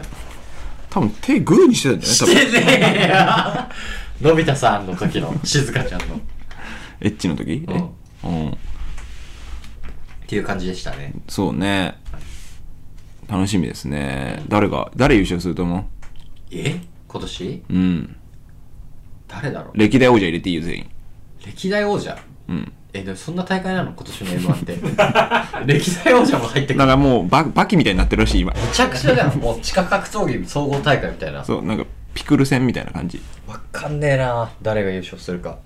[SPEAKER 2] 多分手グーにしてたんじゃない多
[SPEAKER 1] し
[SPEAKER 2] 分
[SPEAKER 1] てねえや *laughs* のび太さんの時の、静香ちゃんの。っ
[SPEAKER 2] エッチの時、えうん。
[SPEAKER 1] ていう感じでしたね。
[SPEAKER 2] そうね。楽しみですね。誰が、誰優勝すると思
[SPEAKER 1] え今年
[SPEAKER 2] ううん。
[SPEAKER 1] 誰だろ
[SPEAKER 2] 歴代王者入れていいよ、全員。
[SPEAKER 1] う歴代王者
[SPEAKER 2] うん。
[SPEAKER 1] え、でもそんな大会なの今年の M1 って。 *laughs* 歴代王者も入ってく
[SPEAKER 2] なん
[SPEAKER 1] る。
[SPEAKER 2] かもうバ、バキみたいになってるらしい、今。
[SPEAKER 1] めちゃくちゃじゃん。もう地下格闘技総合大会みたいな。
[SPEAKER 2] そう、なんか、ピクル戦みたいな感じ。
[SPEAKER 1] わかんねえな誰が優勝するか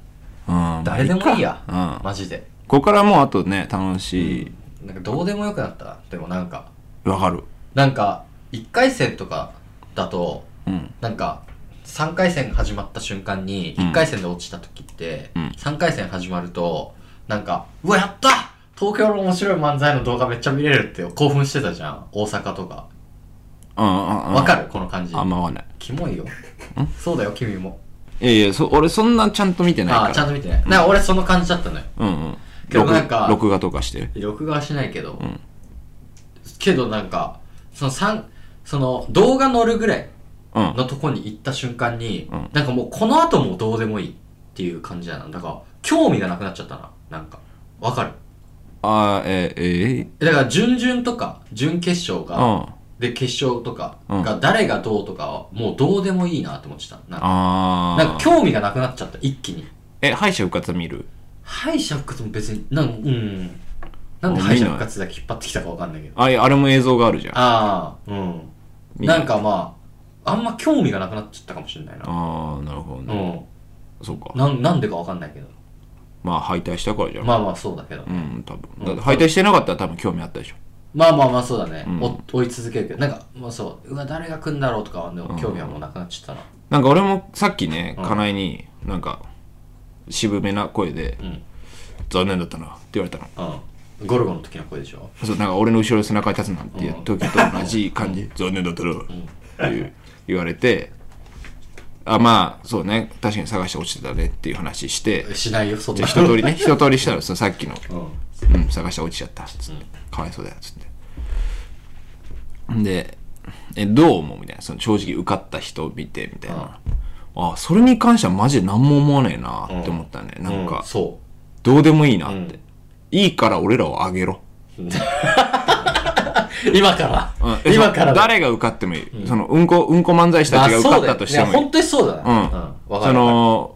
[SPEAKER 2] うん。
[SPEAKER 1] 誰でもいいや、
[SPEAKER 2] まあいいかうん。
[SPEAKER 1] マジで
[SPEAKER 2] ここからもうあとね楽しい
[SPEAKER 1] なんかどうでもよくなったなでもなんか
[SPEAKER 2] わかる
[SPEAKER 1] なんか1回戦とかだと
[SPEAKER 2] うん
[SPEAKER 1] なんか3回戦始まった瞬間に
[SPEAKER 2] うん
[SPEAKER 1] 1回戦で落ちた時って、
[SPEAKER 2] うん
[SPEAKER 1] 3回戦始まるとなんか「うわやった東京の面白い漫才の動画めっちゃ見れる」って興奮してたじゃん大阪とか
[SPEAKER 2] うんうんうん
[SPEAKER 1] わかるこの感じ
[SPEAKER 2] あんまわかんない
[SPEAKER 1] キモいよそうだよ君も
[SPEAKER 2] いやいやそ俺そんなちゃんと見てないか
[SPEAKER 1] あ
[SPEAKER 2] ら
[SPEAKER 1] あちゃんと見てねなんか俺その感じだったのよ
[SPEAKER 2] うんうん
[SPEAKER 1] けど
[SPEAKER 2] 録
[SPEAKER 1] なんか
[SPEAKER 2] 録画とかして
[SPEAKER 1] 録画はしないけど、
[SPEAKER 2] ん
[SPEAKER 1] けどなんかその三その動画乗るぐらい
[SPEAKER 2] うん
[SPEAKER 1] のとこに行った瞬間に、
[SPEAKER 2] うん
[SPEAKER 1] なんかもうこの後もどうでもいいっていう感じだなだから興味がなくなっちゃったななんかわかる
[SPEAKER 2] あーえー、え
[SPEAKER 1] だから準々とか準決勝
[SPEAKER 2] ー、
[SPEAKER 1] が、
[SPEAKER 2] うん
[SPEAKER 1] で決勝とか
[SPEAKER 2] うん
[SPEAKER 1] が誰がどうとかはもうどうでもいいなって思ってたなんか
[SPEAKER 2] あ
[SPEAKER 1] なんか
[SPEAKER 2] ー
[SPEAKER 1] 興味がなくなっちゃった一気に
[SPEAKER 2] え敗者復活見る
[SPEAKER 1] 敗者復活も別になんうんなんで
[SPEAKER 2] あ見ない
[SPEAKER 1] 敗者復活だけ引っ張ってきたかわかんないけど
[SPEAKER 2] あいやあれも映像があるじゃん
[SPEAKER 1] ああうん
[SPEAKER 2] 見
[SPEAKER 1] なんかまああんま興味がなくなっちゃったかもしれないな
[SPEAKER 2] ああなるほど
[SPEAKER 1] う
[SPEAKER 2] ね、
[SPEAKER 1] ん
[SPEAKER 2] そうか
[SPEAKER 1] なんなんでかわかんないけど
[SPEAKER 2] まあ敗退したからじゃん、
[SPEAKER 1] まあまあそうだけど
[SPEAKER 2] うん多分だ
[SPEAKER 1] う
[SPEAKER 2] っ
[SPEAKER 1] ん
[SPEAKER 2] て敗退してなかったら多分興味あったでしょ
[SPEAKER 1] まあまあまあそうだね、
[SPEAKER 2] うん
[SPEAKER 1] お追い続けるけどなんかまあそううわ誰が来んだろうとかはでも興味はもうなくなっちゃったな
[SPEAKER 2] なんか俺もさっきね
[SPEAKER 1] うん
[SPEAKER 2] かなえになんか渋めな声で
[SPEAKER 1] うん
[SPEAKER 2] 「残念だったな」って言われたの
[SPEAKER 1] うんゴルゴの時の声でしょ
[SPEAKER 2] そうなんか俺の後ろに背中に立つなんて時と同じ感じ「残念だったな」っていう言われてあまあそうね確かに探して落ちてたねっていう話して
[SPEAKER 1] しないよそん
[SPEAKER 2] じ
[SPEAKER 1] な
[SPEAKER 2] ゃあ一通り
[SPEAKER 1] *laughs*
[SPEAKER 2] ね一通りしたらささっきの
[SPEAKER 1] うん
[SPEAKER 2] うん、探して落ちちゃったっつって、かわいそうだよっつってんでえどう思うみたいなその正直受かった人見てみたいな、あそれに関してはマジで何も思わねえなって思ったね、なん
[SPEAKER 1] う
[SPEAKER 2] か
[SPEAKER 1] そ
[SPEAKER 2] どうでもいいなって、
[SPEAKER 1] うん
[SPEAKER 2] いいから俺らをあげろ、
[SPEAKER 1] う今から、
[SPEAKER 2] うんえ
[SPEAKER 1] 今から
[SPEAKER 2] その誰が受かってもいい、そのうんこうんこ漫才師たちが受かったとして
[SPEAKER 1] まあそうだよね
[SPEAKER 2] もいい、
[SPEAKER 1] 本当にそうだね
[SPEAKER 2] うん
[SPEAKER 1] わか
[SPEAKER 2] そ
[SPEAKER 1] るわか
[SPEAKER 2] の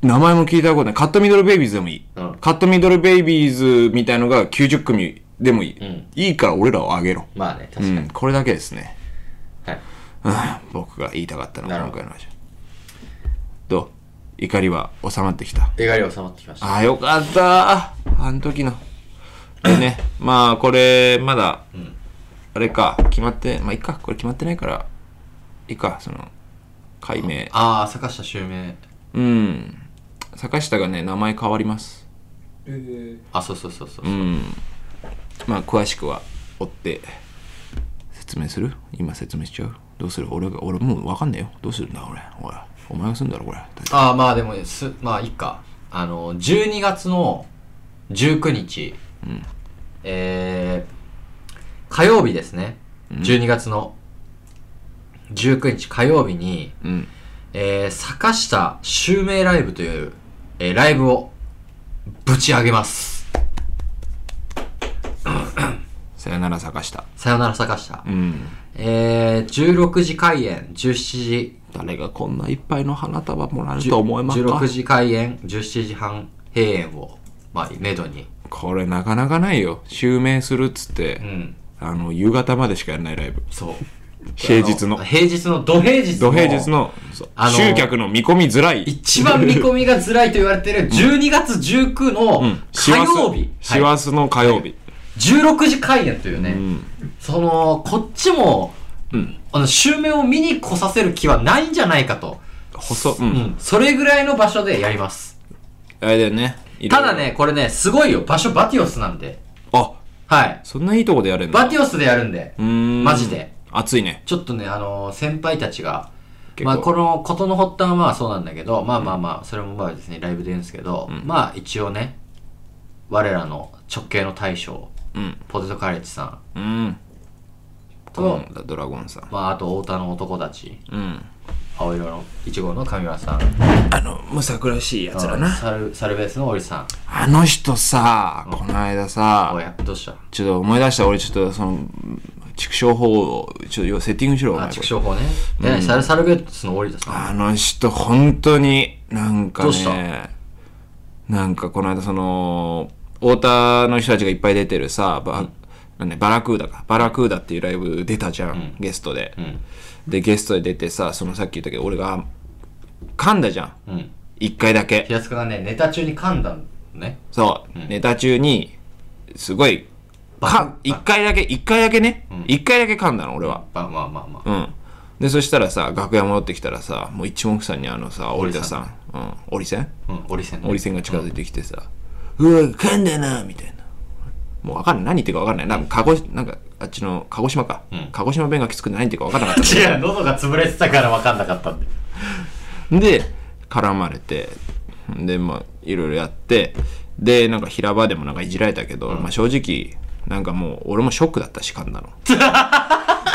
[SPEAKER 2] 名前も聞いたことないカットミドルベイビーズでもいい、
[SPEAKER 1] うん
[SPEAKER 2] カットミドルベイビーズみたいのが90組でもいい、
[SPEAKER 1] ん
[SPEAKER 2] いいから俺らをあげろ、
[SPEAKER 1] るまあね確か
[SPEAKER 2] う
[SPEAKER 1] に、
[SPEAKER 2] ん、これだけですね、
[SPEAKER 1] はい
[SPEAKER 2] うん、僕が言いたかったの
[SPEAKER 1] な
[SPEAKER 2] は
[SPEAKER 1] る
[SPEAKER 2] 今
[SPEAKER 1] ほど
[SPEAKER 2] 回の話どう怒りは収まってきた
[SPEAKER 1] 絵がり収まってきました
[SPEAKER 2] あーよかったーあの時の
[SPEAKER 1] *clears throat*
[SPEAKER 2] でねまあこれまだ、あれか決まってまあいいかこれ決まってないからいいかその解明
[SPEAKER 1] ああ坂下襲名
[SPEAKER 2] うん坂下がね名前変わります
[SPEAKER 1] あそうそうそうそう、
[SPEAKER 2] うんまあ詳しくは追って説明する今説明しちゃうどうする俺が俺もう分かんねえよどうするんだ俺おいお前がすんだろこれ
[SPEAKER 1] ああまあでもすまあいいかあの12月の19日、えー火曜日ですね、12月の19日火曜日に、
[SPEAKER 2] うん
[SPEAKER 1] えー坂下襲名ライブという、えーライブをぶち上げます
[SPEAKER 2] さよなら坂下
[SPEAKER 1] さよなら坂下、
[SPEAKER 2] うん
[SPEAKER 1] えー16時開演17時
[SPEAKER 2] 誰がこんないっぱいの花束もらえると思いますか
[SPEAKER 1] 16時開演17時半閉演をまあめどに
[SPEAKER 2] これなかなかないよ襲名するっつって、
[SPEAKER 1] うん
[SPEAKER 2] あの夕方までしかやらないライブ
[SPEAKER 1] そう
[SPEAKER 2] 平日の
[SPEAKER 1] あ平日の土平日
[SPEAKER 2] 土平日のそう
[SPEAKER 1] あの
[SPEAKER 2] 集客の見込みづらい
[SPEAKER 1] 一番見込みが辛いと言われてる12月19の
[SPEAKER 2] うん師
[SPEAKER 1] 火
[SPEAKER 2] 走
[SPEAKER 1] 曜日、
[SPEAKER 2] 師
[SPEAKER 1] はい
[SPEAKER 2] 走の火曜日、
[SPEAKER 1] 16時開演というね、
[SPEAKER 2] うん
[SPEAKER 1] そのこっちも、あの襲名を見に来させる気はないんじゃないかと、
[SPEAKER 2] 細う
[SPEAKER 1] うん
[SPEAKER 2] ん、
[SPEAKER 1] それぐらいの場所でやります
[SPEAKER 2] あれだよねいろ
[SPEAKER 1] た
[SPEAKER 2] いろ
[SPEAKER 1] だねこれねすごいよ場所バティオスなんで
[SPEAKER 2] あ
[SPEAKER 1] はい
[SPEAKER 2] そんないいとこでやれんの
[SPEAKER 1] バティオスでやるんで
[SPEAKER 2] うーん
[SPEAKER 1] マジで
[SPEAKER 2] 暑いね
[SPEAKER 1] ちょっとねあの先輩たちが
[SPEAKER 2] 結構
[SPEAKER 1] まあこのことの発端はそうなんだけどまあまあまあそれもまあですねライブで言うんですけど、まあ一応ね我らの直系の大将
[SPEAKER 2] うん
[SPEAKER 1] ポテトカレッジさん
[SPEAKER 2] うん
[SPEAKER 1] と、
[SPEAKER 2] ドラゴンドラゴンさん
[SPEAKER 1] まああと太田の男たち
[SPEAKER 2] うん
[SPEAKER 1] 青色のいちごの上村さん
[SPEAKER 2] あのむさくらしいやつだな
[SPEAKER 1] サルサルベースのおりさん
[SPEAKER 2] あの人さこの間
[SPEAKER 1] おい
[SPEAKER 2] さ
[SPEAKER 1] やどうした
[SPEAKER 2] ちょっと思い出した俺ちょっとその畜生法をちょっとよセッティングしろお
[SPEAKER 1] あ
[SPEAKER 2] 前
[SPEAKER 1] 畜生法ねで、サルサルベースのオリ田さん
[SPEAKER 2] あの人本当になんか
[SPEAKER 1] どうした
[SPEAKER 2] ねなんかこの間その太田の人たちがいっぱい出てるさバ,、なんね、バラクーダかバラクーダっていうライブ出たじゃん、ゲストで、
[SPEAKER 1] ん
[SPEAKER 2] でゲストで出てさそのさっき言ったけど俺が噛んだじゃん
[SPEAKER 1] うん
[SPEAKER 2] 一回だけ
[SPEAKER 1] 平塚がねネタ中に噛んだのね
[SPEAKER 2] そう、ネタ中にすごいかん一回だけ一回だけね一、回だけ噛んだの俺は
[SPEAKER 3] まあまあまあまあ。
[SPEAKER 2] うんでそしたらさ楽屋戻ってきたらさもう一目散にあのさ織田さんうん織線
[SPEAKER 3] うん、折り線ね
[SPEAKER 2] 折線が近づいてきてさ「うわ噛んだな」みたいなもう分かんない何言ってるか分かんないなんか鹿児なんかあっちの鹿児島か、
[SPEAKER 3] ん
[SPEAKER 2] 鹿児島弁がきつくて何言ってるか分かんなかっ
[SPEAKER 1] 違う、喉が潰れてたから分かんなかったんで。
[SPEAKER 2] たで絡まれてでまあいろいろやってでなんか平場でもなんかいじられたけど、まあ、正直なんかもう俺もショックだったし噛んだの
[SPEAKER 1] あ、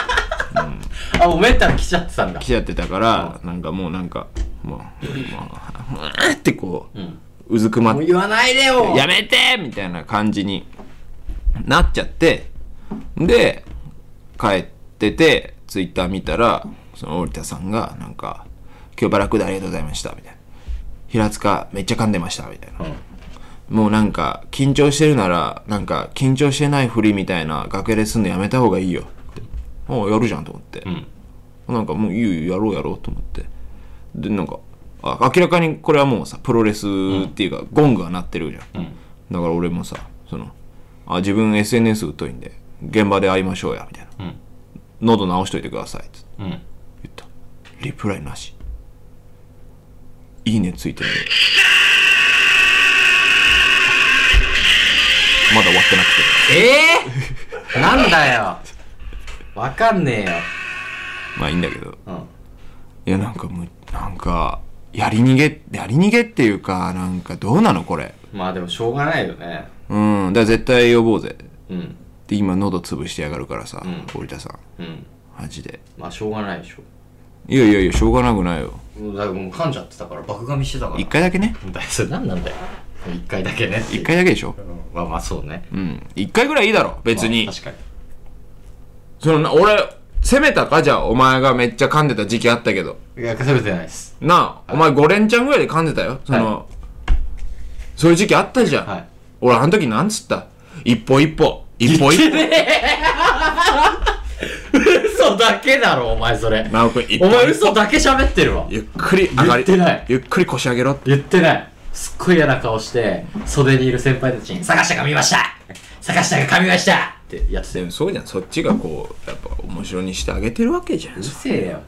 [SPEAKER 1] もうメンタル来ちゃってたんだ
[SPEAKER 2] 来。ちゃってたから、なんかもうなんかもう、まあ、ってこう、うずくまって
[SPEAKER 1] 言わないでよ
[SPEAKER 2] やめてみたいな感じになっちゃって、で、帰ってて、ツイッター見たら、その、織田さんが、なんか、今日バラクでありがとうございました、みたいな。平塚、めっちゃ噛んでました、みたいな。もうなんか、緊張してるなら、なんか、緊張してないふりみたいな楽屋ですんのやめた方がいいよって。おうやるじゃんと思って。なんかもう、いいよ、やろうやろうと思って。でなんかあ明らかにこれはもうさプロレスっていうか、ゴングが鳴ってるじゃん、だから俺もさそのあ自分 SNS 疎いんで現場で会いましょうやみたいな、喉直しといてくださいっつって
[SPEAKER 3] うん。うん。
[SPEAKER 2] 言ったリプライなしいいねついてるまだ終わってなくて
[SPEAKER 1] ええなんだよ分かんねえよ。
[SPEAKER 2] まあいいんだけど
[SPEAKER 1] うん。
[SPEAKER 2] いやなんかもうなんかやり逃げやり逃げっていうかなんかどうなのこれ
[SPEAKER 1] まあでもしょうがないよね。
[SPEAKER 2] うんだから絶対呼ぼうぜ
[SPEAKER 1] うん。
[SPEAKER 2] で今喉潰してやがるからさ、織田さん
[SPEAKER 1] うん。
[SPEAKER 2] マジで
[SPEAKER 1] まあしょうがないでしょ。
[SPEAKER 2] いやいやいやしょうがなくないよ
[SPEAKER 1] うんだからもう噛んじゃってたから爆噛みしてたから。
[SPEAKER 2] 一回だけね
[SPEAKER 1] だそれ何なんだよ。一回だけね。
[SPEAKER 2] 一回だけでしょ
[SPEAKER 1] うん。まあまあそうね。
[SPEAKER 2] うん一回ぐらいいいだろ別に、
[SPEAKER 1] まあ確かに。
[SPEAKER 2] そのな俺責めたかじゃあお前がめっちゃ噛んでた時期あったけど
[SPEAKER 1] いや、それてないです。
[SPEAKER 2] なあ、お前5連チャンぐらいで噛んでたよその、そういう時期あったじゃん、
[SPEAKER 1] はい
[SPEAKER 2] 俺あの時なんつった一歩一歩一歩一歩
[SPEAKER 1] 嘘だけだろ、お前それ。
[SPEAKER 2] 直君一歩
[SPEAKER 1] お前嘘だけ喋ってるわ。
[SPEAKER 2] ゆっくり上が
[SPEAKER 1] 言っ
[SPEAKER 2] り
[SPEAKER 1] てない
[SPEAKER 2] ゆっくり腰上げろって
[SPEAKER 1] 言ってない。すっごい嫌な顔して、袖にいる先輩たちに、探したが見ました探したが噛みましたってやってた
[SPEAKER 2] で
[SPEAKER 1] よ。
[SPEAKER 2] もそうじゃんそっちがこうやっぱ面白にしてあげてるわけじゃん
[SPEAKER 1] うるせえよ。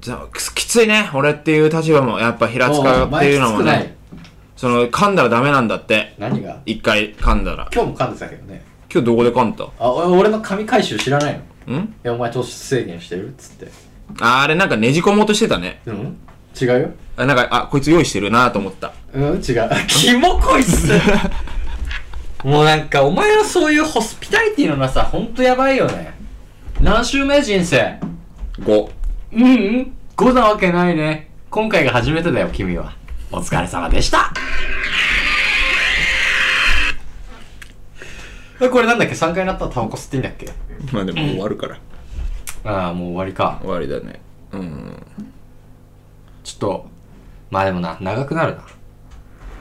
[SPEAKER 2] じゃあくすきついね俺っていう立場もやっぱ平塚っていうのも
[SPEAKER 1] お前きつく
[SPEAKER 2] ねその噛んだらダメなんだって
[SPEAKER 1] ない何が
[SPEAKER 2] 一回噛んだら
[SPEAKER 1] 今日も噛んでたけどね。
[SPEAKER 2] 今日どこで噛んだん
[SPEAKER 1] あ、お俺の紙回収知らないのえ、お前糖質制限してるっつって。
[SPEAKER 2] ああれなんかねじ込もうとしてたね
[SPEAKER 1] うん違うよ。
[SPEAKER 2] あなんかあこいつ用意してるなと思った
[SPEAKER 1] うん、違う。 *laughs* キモこいっす
[SPEAKER 2] *laughs*
[SPEAKER 1] もうなんか、お前のそういうホスピタリティのなさ、ほんとやばいよね。何周目人生
[SPEAKER 2] 5
[SPEAKER 1] うんうん。5なわけないね。今回が初めてだよ、君は。お疲れ様でした。えこれなんだっけ ?3 回なったらタバコ吸っていいんだっけ
[SPEAKER 2] まあでも終わるから
[SPEAKER 1] ああ、もう終わりか。
[SPEAKER 2] 終わりだねうん
[SPEAKER 1] ちょっと、まあでもな、長くなるな。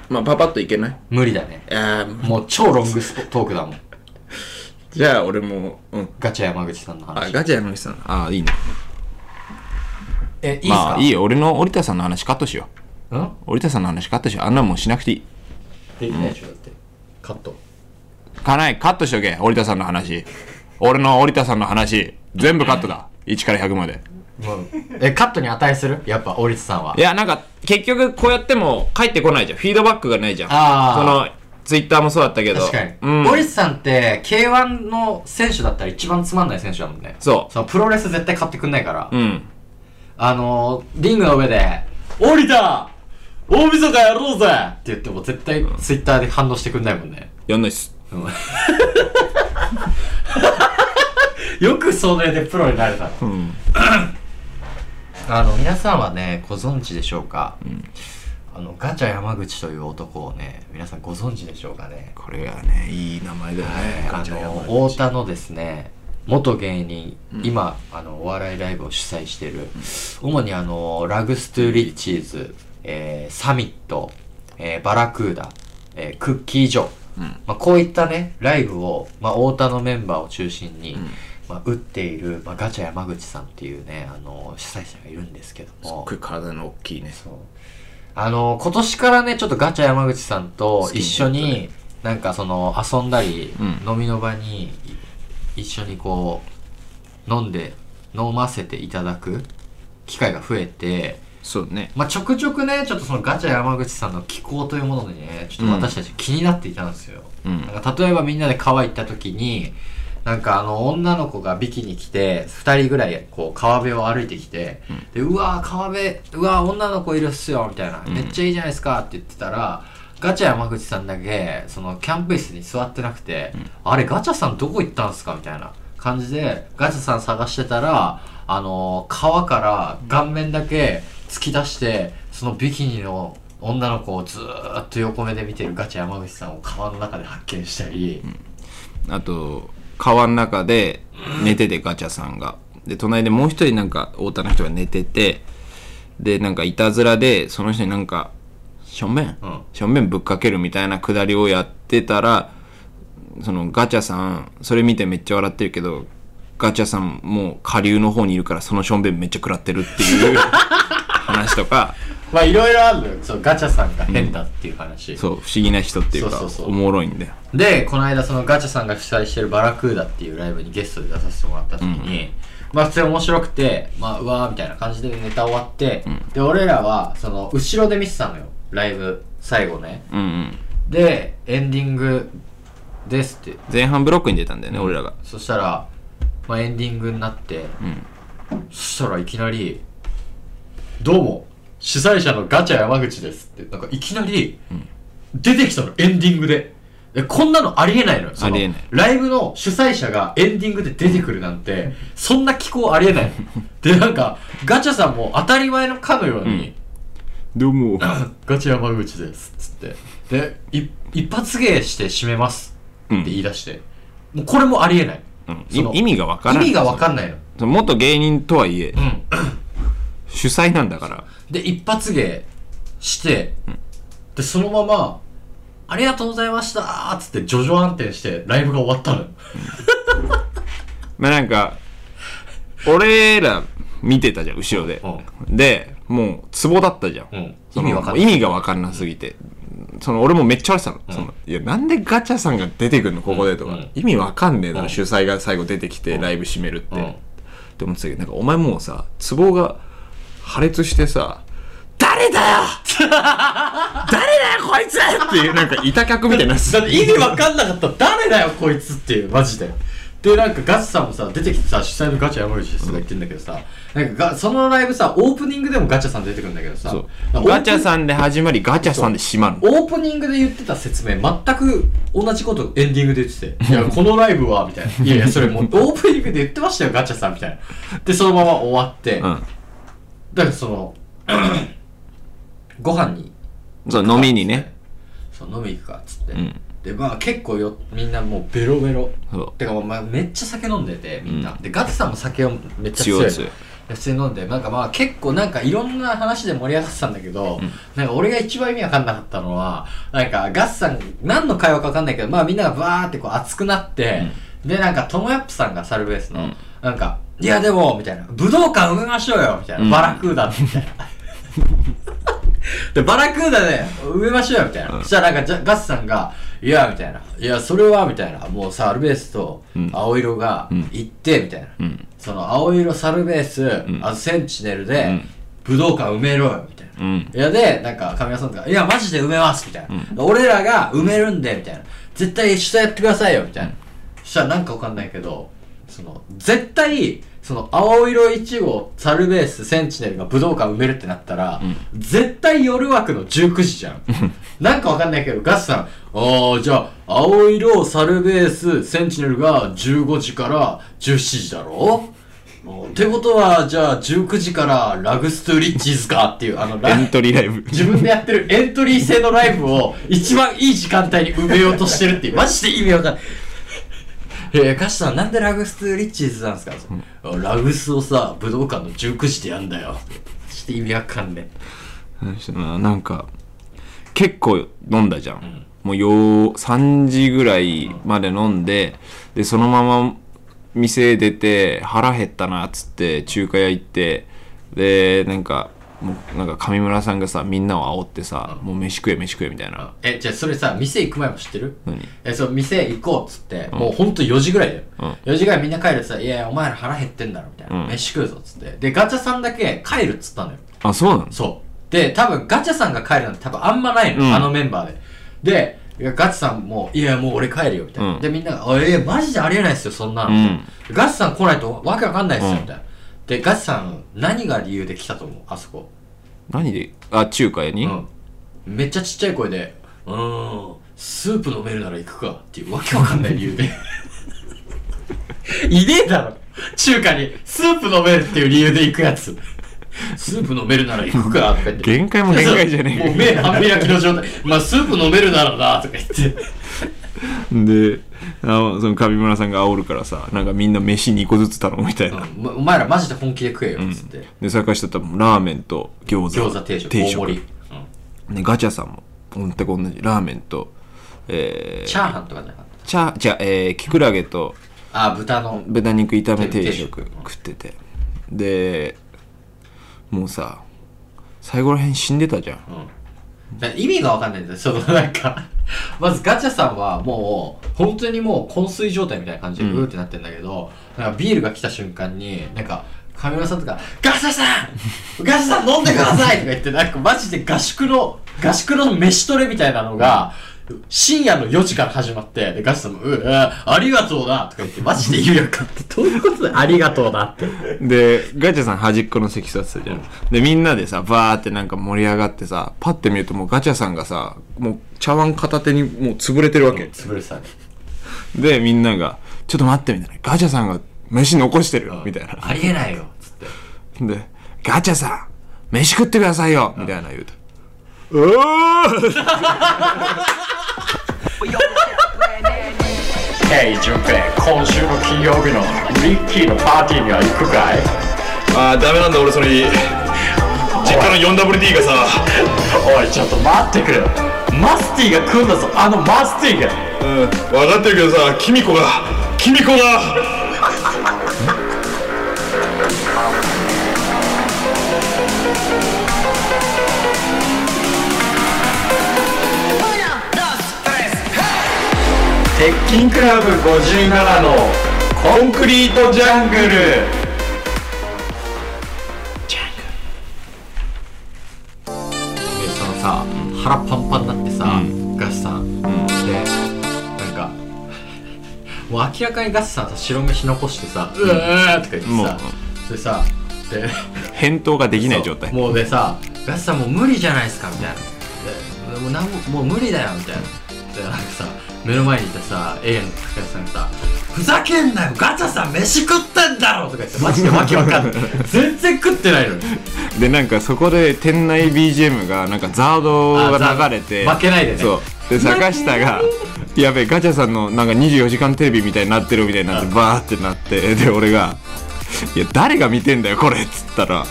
[SPEAKER 2] まあパパッといけない
[SPEAKER 1] 無理だね。
[SPEAKER 2] あ
[SPEAKER 1] もう超ロングスポトークだもん。
[SPEAKER 2] じゃあ俺もうん
[SPEAKER 1] ガチャ山口さんの
[SPEAKER 2] あ
[SPEAKER 1] 話。
[SPEAKER 2] ガチャ山口さんああいいね
[SPEAKER 1] え、いいっすか、
[SPEAKER 2] まあいいよ俺の織田さんの話カットしよ
[SPEAKER 1] うん
[SPEAKER 2] う織田さんの話カットしようあんなもんしなくていい
[SPEAKER 1] できないでしょ、だって。カット。
[SPEAKER 2] かないカットしとけ織田さんの話俺の織田さんの話全部カットだ1から100まで。
[SPEAKER 1] え、カットに値するやっぱ、オリツさんはい
[SPEAKER 2] やなんか結局こうやっても返ってこないじゃんフィードバックがないじゃん
[SPEAKER 1] あ
[SPEAKER 2] そのツイッターもそうだったけど
[SPEAKER 1] 確かに。
[SPEAKER 2] うん
[SPEAKER 1] オリツさんって K1 の選手だったら一番つまんない選手だもんね。
[SPEAKER 2] そう
[SPEAKER 1] そのプロレス絶対買ってくんないから。
[SPEAKER 2] うん
[SPEAKER 1] あのー、リングの上で、オリだ大晦日やろうぜって言っても絶対ツイッターで反応してくんないもんね。
[SPEAKER 2] やんないっす
[SPEAKER 1] よくそれでプロになれたの。あの、皆さんはね、ご存知でしょうか、あの、ガチャ山口という男をね、皆さんご存知でしょうかね
[SPEAKER 2] これがねいい名前だよね
[SPEAKER 1] あ
[SPEAKER 2] ガチャヤ
[SPEAKER 1] の
[SPEAKER 2] マ
[SPEAKER 1] 太田のですね元芸人、今あのお笑いライブを主催している、主にあのラグストゥーリッチーズ、えーサミット、えーバラクーダ、えークッキージョー、まあ、こういったねライブを、まあ、太田のメンバーを中心に、まあ、打っている、まあ、ガチャ山口さんっていうねあの主催者がいるんですけど
[SPEAKER 2] すっ
[SPEAKER 1] も
[SPEAKER 2] ごい体の大きいね
[SPEAKER 1] そうあの今年からねちょっとガチャ山口さんと一緒になんかその遊んだり、
[SPEAKER 2] うん
[SPEAKER 1] 飲みの場にい一緒にこう飲んで飲ませていただく機会が増えて
[SPEAKER 2] そうね
[SPEAKER 1] まあちょくちょくねちょっとそのガチャ山口さんの気候というものでねちょっと私たち気になっていたんですよ、
[SPEAKER 2] うん
[SPEAKER 1] なんか例えばみんなで川行った時になんかあの女の子がビキに来て2人ぐらいこう川辺を歩いてきて「うでうわー川辺うわー女の子いるっすよ」みたいな「めっちゃいいじゃないですか」って言ってたら、ガチャ山口さんだけそのキャンプ椅子に座ってなくて「あれガチャさんどこ行ったんすか?」みたいな感じでガチャさん探してたらあの川から顔面だけ突き出してそのビキニの女の子をずーっと横目で見てるガチャ山口さんを川の中で発見したり、
[SPEAKER 2] あと川の中で寝ててガチャさんがで隣でもう一人なんか太田の人が寝ててでなんかいたずらでその人になんかしょんべん
[SPEAKER 1] うん
[SPEAKER 2] しょんべんぶっかけるみたいなくだりをやってたらそのガチャさんそれ見てめっちゃ笑ってるけどガチャさんもう下流の方にいるからそのしょんべんめっちゃ食らってるっていう *laughs* 話とか
[SPEAKER 1] まあいろいろあるのよそうガチャさんが変だっていう話、
[SPEAKER 2] そう不思議な人っていうか
[SPEAKER 1] そうそうそう
[SPEAKER 2] おもろいんだよ
[SPEAKER 1] でこの間そのガチャさんが主催してるバラクーダっていうライブにゲストで出させてもらった時に、まあ普通に面白くてまあうわーみたいな感じでネタ終わって、で俺らはその後ろで見てたのよライブ最後ね
[SPEAKER 2] うんうん
[SPEAKER 1] でエンディングですって
[SPEAKER 2] 前半ブロックに出たんだよね、俺らが
[SPEAKER 1] そしたら、まあ、エンディングになって、そしたらいきなり「どうも主催者のガチャ山口です」ってなんかいきなり出てきたのエンディングで。でこんなのありえないのよ。その
[SPEAKER 2] ありえない
[SPEAKER 1] ライブの主催者がエンディングで出てくるなんて、そんな気候ありえ
[SPEAKER 2] *laughs*
[SPEAKER 1] ない。で、なんか、ガチャさんも当たり前のかのように、
[SPEAKER 2] どうも
[SPEAKER 1] *coughs* ガチ山口ですっつってでい一発芸して締めますって言い出して、もうこれもありえない、
[SPEAKER 2] うん
[SPEAKER 1] その
[SPEAKER 2] い意味がわからない
[SPEAKER 1] 意味がわかんないの
[SPEAKER 2] その元芸人とはいえ、主催なんだから
[SPEAKER 1] で一発芸して、でそのまま「ありがとうございました」っつって叙々暗転してライブが終わったのよ
[SPEAKER 2] まあなんか俺ら見てたじゃん後ろで、でもうツボだったじゃん、
[SPEAKER 1] うん
[SPEAKER 2] その
[SPEAKER 1] 意味わかんない
[SPEAKER 2] 意味が分かんなすぎて、その俺もめっちゃ笑ってたの,、そのいやなんでガチャさんが出てくるのここでとか、
[SPEAKER 1] うんうん
[SPEAKER 2] 意味わかんねえだろ、
[SPEAKER 1] うん
[SPEAKER 2] 主催が最後出てきてライブ締めるって、
[SPEAKER 1] うん
[SPEAKER 2] って思ってたけどなんかお前もうさツボが破裂してさ誰だよ *laughs* 誰だよこいつっていうなんかいた客みたいになって
[SPEAKER 1] だ
[SPEAKER 2] た
[SPEAKER 1] って意味わかんなかった誰だよこいつっていうマジででなんかガチさんもさ出てきてさ主催のガチャ山口ですとか言ってんだけどさ、なんかがそのライブさオープニングでもガチャさん出てくるんだけどさ
[SPEAKER 2] そう
[SPEAKER 1] なんか
[SPEAKER 2] ガチャさんで始まりガチャさんで閉まる
[SPEAKER 1] オープニングで言ってた説明全く同じことエンディングで言ってて「い
[SPEAKER 2] *laughs*
[SPEAKER 1] やこのライブは」みたいな「いやいやそれもうオープニングで言ってましたよガチャさん」みたいなでそのまま終わって、
[SPEAKER 2] うん
[SPEAKER 1] だからその *clears throat* ご飯に
[SPEAKER 2] そう飲みにね
[SPEAKER 1] そう飲み行くかっつって、
[SPEAKER 2] ん
[SPEAKER 1] でまあ結構よみんなもうベロベロ
[SPEAKER 2] そう
[SPEAKER 1] てかもう、まあ、めっちゃ酒飲んでてみんな、でガチさんも酒をめっちゃ強い
[SPEAKER 2] 強い強い
[SPEAKER 1] で普通に飲んでなんかまあ結構なんかいろんな話で盛り上がってたんだけど、なんか俺が一番意味わかんなかったのはなんかガッさん何の会話かわかんないけどまあみんながバーってこう熱くなって、でなんかトモヤップさんがサルベースの、
[SPEAKER 2] うん
[SPEAKER 1] なんか「いやでも」みたいな「武道館埋めましょうよ」みたいな「
[SPEAKER 2] うん
[SPEAKER 1] バラクーダ」みたいな。で、バラクーダで埋めましょうよ、みたいな。そしたらなんかじゃ、ガスさんが、いや、みたいな。いや、それは、みたいな。もうサルベースと青色が行って、みたいな。
[SPEAKER 2] ん
[SPEAKER 1] その青色サルベース、あとセンチネルで、武道館埋めろよ、みたいな。
[SPEAKER 2] うん
[SPEAKER 1] いやで、なんか、神谷さんとか、いや、マジで埋めますみたいな。俺らが埋めるんで、みたいな。絶対下やってくださいよ、みたいな。そしたらなんかわかんないけど、その、絶対、その、青色1号、サルベース、センチネルが武道館埋めるってなったら、絶対夜枠の19時じゃん。なんかわかんないけど、ガスさん、あー、じゃあ、青色、サルベース、センチネルが15時から17時だろってことは、じゃあ、19時からラグストゥリッチーズかっていう、あの、ラ
[SPEAKER 2] エントリーライブ
[SPEAKER 1] *laughs* 自分でやってるエントリー制のライブを一番いい時間帯に埋めようとしてるっていう *laughs* マジで意味わかんないえー、カシさんなんでラグストゥリッチーズなんですか、ラグスをさ武道館の19時でやんだよちょっと意味わかんね
[SPEAKER 2] ななんか結構飲んだじゃん、もうよう3時ぐらいまで飲んででそのまま店出て腹減ったなっつって中華屋行ってでなんかもうなんか上村さんがさみんなを煽ってさ、もう飯食え飯食えみたいな、
[SPEAKER 1] え、じゃあそれさ、店行く前も知ってる
[SPEAKER 2] 何
[SPEAKER 1] え、そう、店行こうっつって、もうほんと4時ぐらいだよ。
[SPEAKER 2] うん
[SPEAKER 1] 4時ぐらいみんな帰るってさ、いやいや、お前ら腹減ってんだろ、みたいな。
[SPEAKER 2] うん
[SPEAKER 1] 飯食うぞっつって。で、ガチャさんだけ帰るっつったのよ。
[SPEAKER 2] あそうなの
[SPEAKER 1] そう。で、多分ガチャさんが帰るなんて多分あんまないの、
[SPEAKER 2] うん
[SPEAKER 1] あのメンバーで。で、いやガチさんも、いや、もう俺帰るよ、みたいな。
[SPEAKER 2] うん
[SPEAKER 1] で、みんなが、あいや、マジでありえないっすよ、そんなの。
[SPEAKER 2] うん
[SPEAKER 1] ガチさん来ないとわけわかんないっすよ、
[SPEAKER 2] うん
[SPEAKER 1] みたいな。で、ガチさん、何が理由で来たと思うあそこ。
[SPEAKER 2] 何であ中華屋に、
[SPEAKER 1] うん。めっちゃちっちゃい声で、うーん、スープ飲めるなら行くか、っていうわけわかんない理
[SPEAKER 2] *laughs*
[SPEAKER 1] 由で。いねえだろ中華にスープ飲めるっていう理由で行くやつ。スープ飲めるなら行くか、とか言って。
[SPEAKER 2] 限界も限界じ
[SPEAKER 1] も
[SPEAKER 2] ゃ
[SPEAKER 1] う
[SPEAKER 2] *laughs* ね
[SPEAKER 1] 目半開きの状態。まあ、スープ飲めるならな、とか言って。
[SPEAKER 2] えかであその上村さんが煽るからさなんかみんな飯2個ずつ頼むみたいな、
[SPEAKER 1] うんまお前らマジで本気で食えよ、つって。
[SPEAKER 2] で坂下ともラーメンと餃子
[SPEAKER 1] 餃子定食、大盛り。うん
[SPEAKER 2] でガチャさんも全く同じラーメンとえー、
[SPEAKER 1] チャーハンとかじゃなかっ
[SPEAKER 2] チャじゃあえー、キクラゲと
[SPEAKER 1] た。あ、豚の。
[SPEAKER 2] 豚肉炒め定
[SPEAKER 1] 定
[SPEAKER 2] 食
[SPEAKER 1] 食
[SPEAKER 2] 食っててでもうさ最後らへん死んでたじゃん
[SPEAKER 1] だ意味がわかんないんだよ。そのなんか、まずガチャさんはもう、本当にもう昏睡状態みたいな感じで、うーってなってんだけど、なんかビールが来た瞬間に、なんか、上村さんとか、ガチャさんガチャさん飲んでくださいとか言って、なんかマジで合宿の、合宿の飯トレみたいなのが、深夜の4時から始まって、で、ガチャさんも、うーあーありがとうなとか言って、マジで言うやんかって、 *laughs* どういうことでありがとうなって。
[SPEAKER 2] でガチャさん端っこの席座ってたじゃんでみんなでさバーってなんか盛り上がってさパッて見るともうガチャさんがさもう茶碗片手にもう潰れてるわけ、
[SPEAKER 1] 潰れてたね。
[SPEAKER 2] でみんなが「ちょっと待って」みたいな「ガチャさんが飯残してるよ」みたいな
[SPEAKER 1] ありえないよ、つって。
[SPEAKER 2] で、ガチャさん、飯食ってくださいよみたいな言うと。うおー
[SPEAKER 1] Hey 順平、今週の金曜日のリッキーのパーティーには行くかい
[SPEAKER 3] あーダメなんだ俺それ実家の 4WD がさ
[SPEAKER 1] おい、ちょっと待ってくれ。マスティが来んだぞ、あのマスティが。
[SPEAKER 3] うん分かってるけどさキミコがキミコが
[SPEAKER 1] 鉄筋クラブ57のコンクリートジャングル。そのさ、腹パンパンになってさ、ガスさん、でなんかもう明らかにガスさんさ白飯残してさ「うわ!」とか言って
[SPEAKER 2] もう
[SPEAKER 1] さそれさで
[SPEAKER 2] 返答ができない状態。
[SPEAKER 1] もうでさガスさんもう無理じゃないですかみたいなでもうなんももう無理だよみたいなでなんかさ目の前にいたさ A のガスさんがさふざけんなよガチャさん飯食ってんだろとか言ってマジでわけわ
[SPEAKER 2] *laughs*
[SPEAKER 1] かんない全然食ってないのに
[SPEAKER 2] で、なんかそこで店内 BGM が、なんかザードが流れて。
[SPEAKER 1] あザード負けないでね
[SPEAKER 2] そう。で、坂下が、やべえ、ガチャさんのなんか24時間テレビみたいになってるみたいになって、バーってなって、で、俺が、いや、誰が見てんだよ、これっつったら、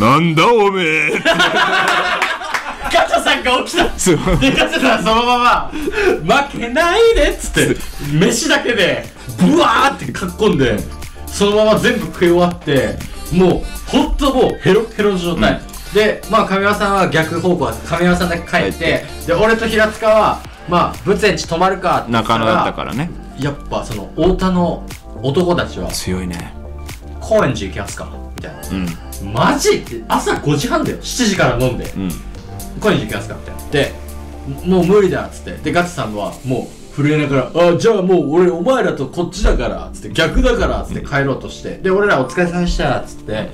[SPEAKER 2] なんだおめえ
[SPEAKER 1] *laughs* ガチャさんが起きた
[SPEAKER 2] そう。
[SPEAKER 1] でかせたらそのまま「負けないで」っつって飯だけでブワーってかっこんでそのまま全部食い終わってもうほんともうヘロヘロの状態、でまあ上山さんは逆方向だった上山さんだけ帰って
[SPEAKER 2] 帰
[SPEAKER 1] で俺と平塚はまあ仏園地泊まるかって言
[SPEAKER 2] 中野だったかららね。
[SPEAKER 1] やっぱその太田の男たちは
[SPEAKER 2] 強いね。
[SPEAKER 1] 高円寺行きますかみたいな、
[SPEAKER 2] うん。
[SPEAKER 1] マジって朝5時半だよ7時から飲んで、
[SPEAKER 2] うん。
[SPEAKER 1] 今夜行きますかみたいなでもう無理だっつってでガチさんはもう震えながら「あじゃあもう俺お前らとこっちだから」っつって逆だからっつって帰ろうとしてで俺らお疲れさんでしたっつって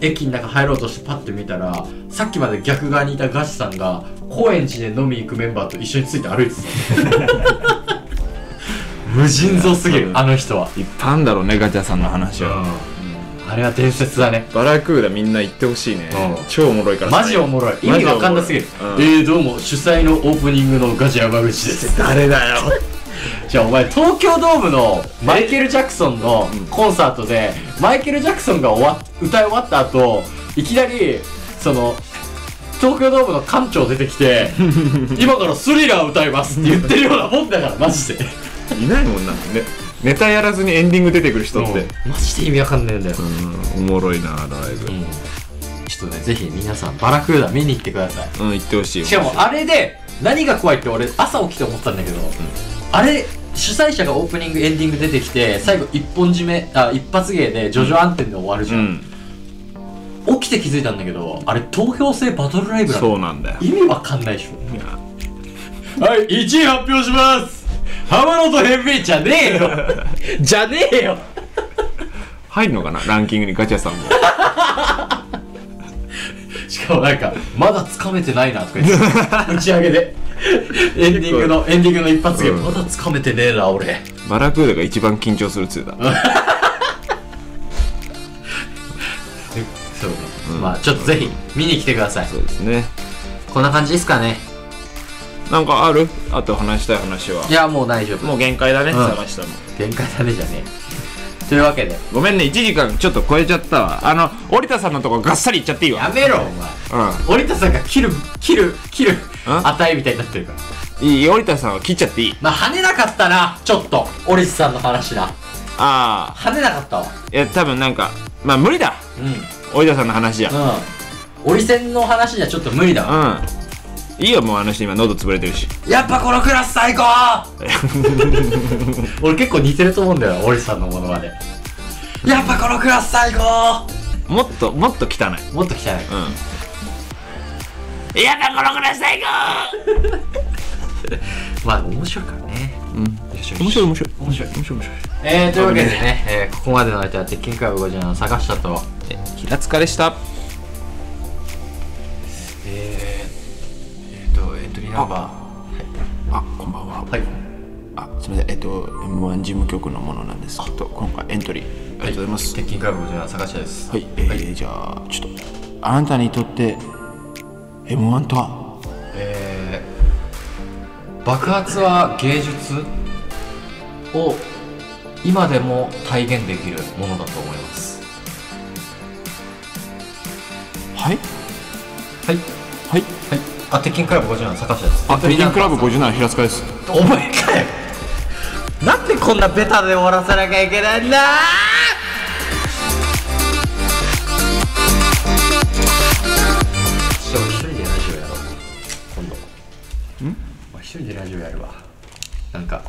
[SPEAKER 1] 駅の中入ろうとしてパッて見たらさっきまで逆側にいたガチさんが高円寺で飲み行くメンバーと一緒について歩いてた *laughs* 無尽蔵すぎるあの人は
[SPEAKER 2] いっぱいあんだろうね、ガチャさんの話は。
[SPEAKER 1] あれは伝説だね
[SPEAKER 2] バラクーダみんな行ってほしいね、
[SPEAKER 1] うん
[SPEAKER 2] 超おもろいから
[SPEAKER 1] マジおもろい意味わかんなすぎる、
[SPEAKER 2] うん
[SPEAKER 1] えー、どうも主催のオープニングのガチ山口です
[SPEAKER 2] 誰だよ
[SPEAKER 1] じゃあお前東京ドームのマイケル・ジャクソンのコンサートでマイケル・ジャクソンが終わ歌い終わった後いきなりその東京ドームの館長出てきて *laughs* 今からスリラー歌いますって言ってるようなもんだからマジで
[SPEAKER 2] いないもんなねネタやらずにエンディング出てくる人って
[SPEAKER 1] マジで意味わかんないんだよ、
[SPEAKER 2] うんおもろいなライブ、
[SPEAKER 1] ちょっとねぜひ皆さんバラクーダ見に行ってください
[SPEAKER 2] うん言ってほしい
[SPEAKER 1] しかもあれで何が怖いって俺朝起きて思ったんだけど、あれ主催者がオープニングエンディング出てきて最後一本締めあ一発芸でジョジョ暗転で終わるじ
[SPEAKER 2] う
[SPEAKER 1] ゃん、
[SPEAKER 2] ん
[SPEAKER 1] 起きて気づいたんだけどあれ投票制バトルライブなの
[SPEAKER 2] そうなんだよ
[SPEAKER 1] 意味わかんないでしょはい1位発表します浜野とヘンビーじゃねえよ *laughs* じゃねえよ
[SPEAKER 2] 入るのかなランキングにガチャさんも
[SPEAKER 1] しかもなんかまだ掴めてないなとか言って *laughs* 打ち上げでエンディングのエンディングの一発芸、
[SPEAKER 2] うん
[SPEAKER 1] まだ掴めてねえな俺
[SPEAKER 2] バラクーダが一番緊張するっつうだ
[SPEAKER 1] そうね、まあちょっとぜひ見に来てください
[SPEAKER 2] そうですね
[SPEAKER 1] こんな感じですかね
[SPEAKER 2] なんかあるあと話したい話はい
[SPEAKER 1] やもう大丈夫
[SPEAKER 2] もう限界だね、
[SPEAKER 1] ん
[SPEAKER 2] 探したの
[SPEAKER 1] 限界だねじゃねえというわけで
[SPEAKER 2] ごめんね1時間ちょっと超えちゃったわあの折田さんのとこガッサリいっちゃっていいわ
[SPEAKER 1] やめろお
[SPEAKER 2] う
[SPEAKER 1] 前折田さんが切る切る切る値みたいになってるから
[SPEAKER 2] んいい折田さんは切っちゃっていい
[SPEAKER 1] まあ跳ねなかったなちょっと折田さんの話な
[SPEAKER 2] あ
[SPEAKER 1] 跳ねなかったわ
[SPEAKER 2] あいや多分なんかまあ無理だ
[SPEAKER 1] うんうん
[SPEAKER 2] 折田さんの話じゃ
[SPEAKER 1] 折り線の話じゃちょっと無理だわ
[SPEAKER 2] うんいいよもうあの人今喉潰れてるし
[SPEAKER 1] やっぱこのクラス最高 *laughs* 俺結構似てると思うんだよ折りさんのものまでやっぱこのクラス最高
[SPEAKER 2] もっともっと汚い
[SPEAKER 1] もっと汚い
[SPEAKER 2] うんいやだこのクラス最高
[SPEAKER 1] まあ面白いからね。
[SPEAKER 2] うん
[SPEAKER 1] 面白
[SPEAKER 2] 面白い面白い
[SPEAKER 1] 面白い。
[SPEAKER 2] 面白い面白い
[SPEAKER 1] えー、というわけでね、えーここまでの相手は鉄拳クラブ57の坂下と、
[SPEAKER 2] え平塚でした
[SPEAKER 1] えー、えーと、エントリーナンバ
[SPEAKER 2] あこんばんは
[SPEAKER 1] ー。はい。
[SPEAKER 2] あすみませんえっと M1 事務局のものなんですけど今回エントリーありがとうございます
[SPEAKER 1] 鉄拳クラブ57坂下です。
[SPEAKER 2] はい、えーじゃあちょっとあなたにとって M1 とは
[SPEAKER 1] えー、爆発は芸術を今でも体現できるものだと思います。
[SPEAKER 2] はい
[SPEAKER 1] はい。
[SPEAKER 2] はい
[SPEAKER 1] はい。あ、鉄拳クラブ57の坂下です。
[SPEAKER 2] あテリンクラブ57平塚です
[SPEAKER 1] お前かよなんでこんなベタで終わらせなきゃいけないんだちょっと一人でラジオやろう今度ん一人でラジオやるわなんか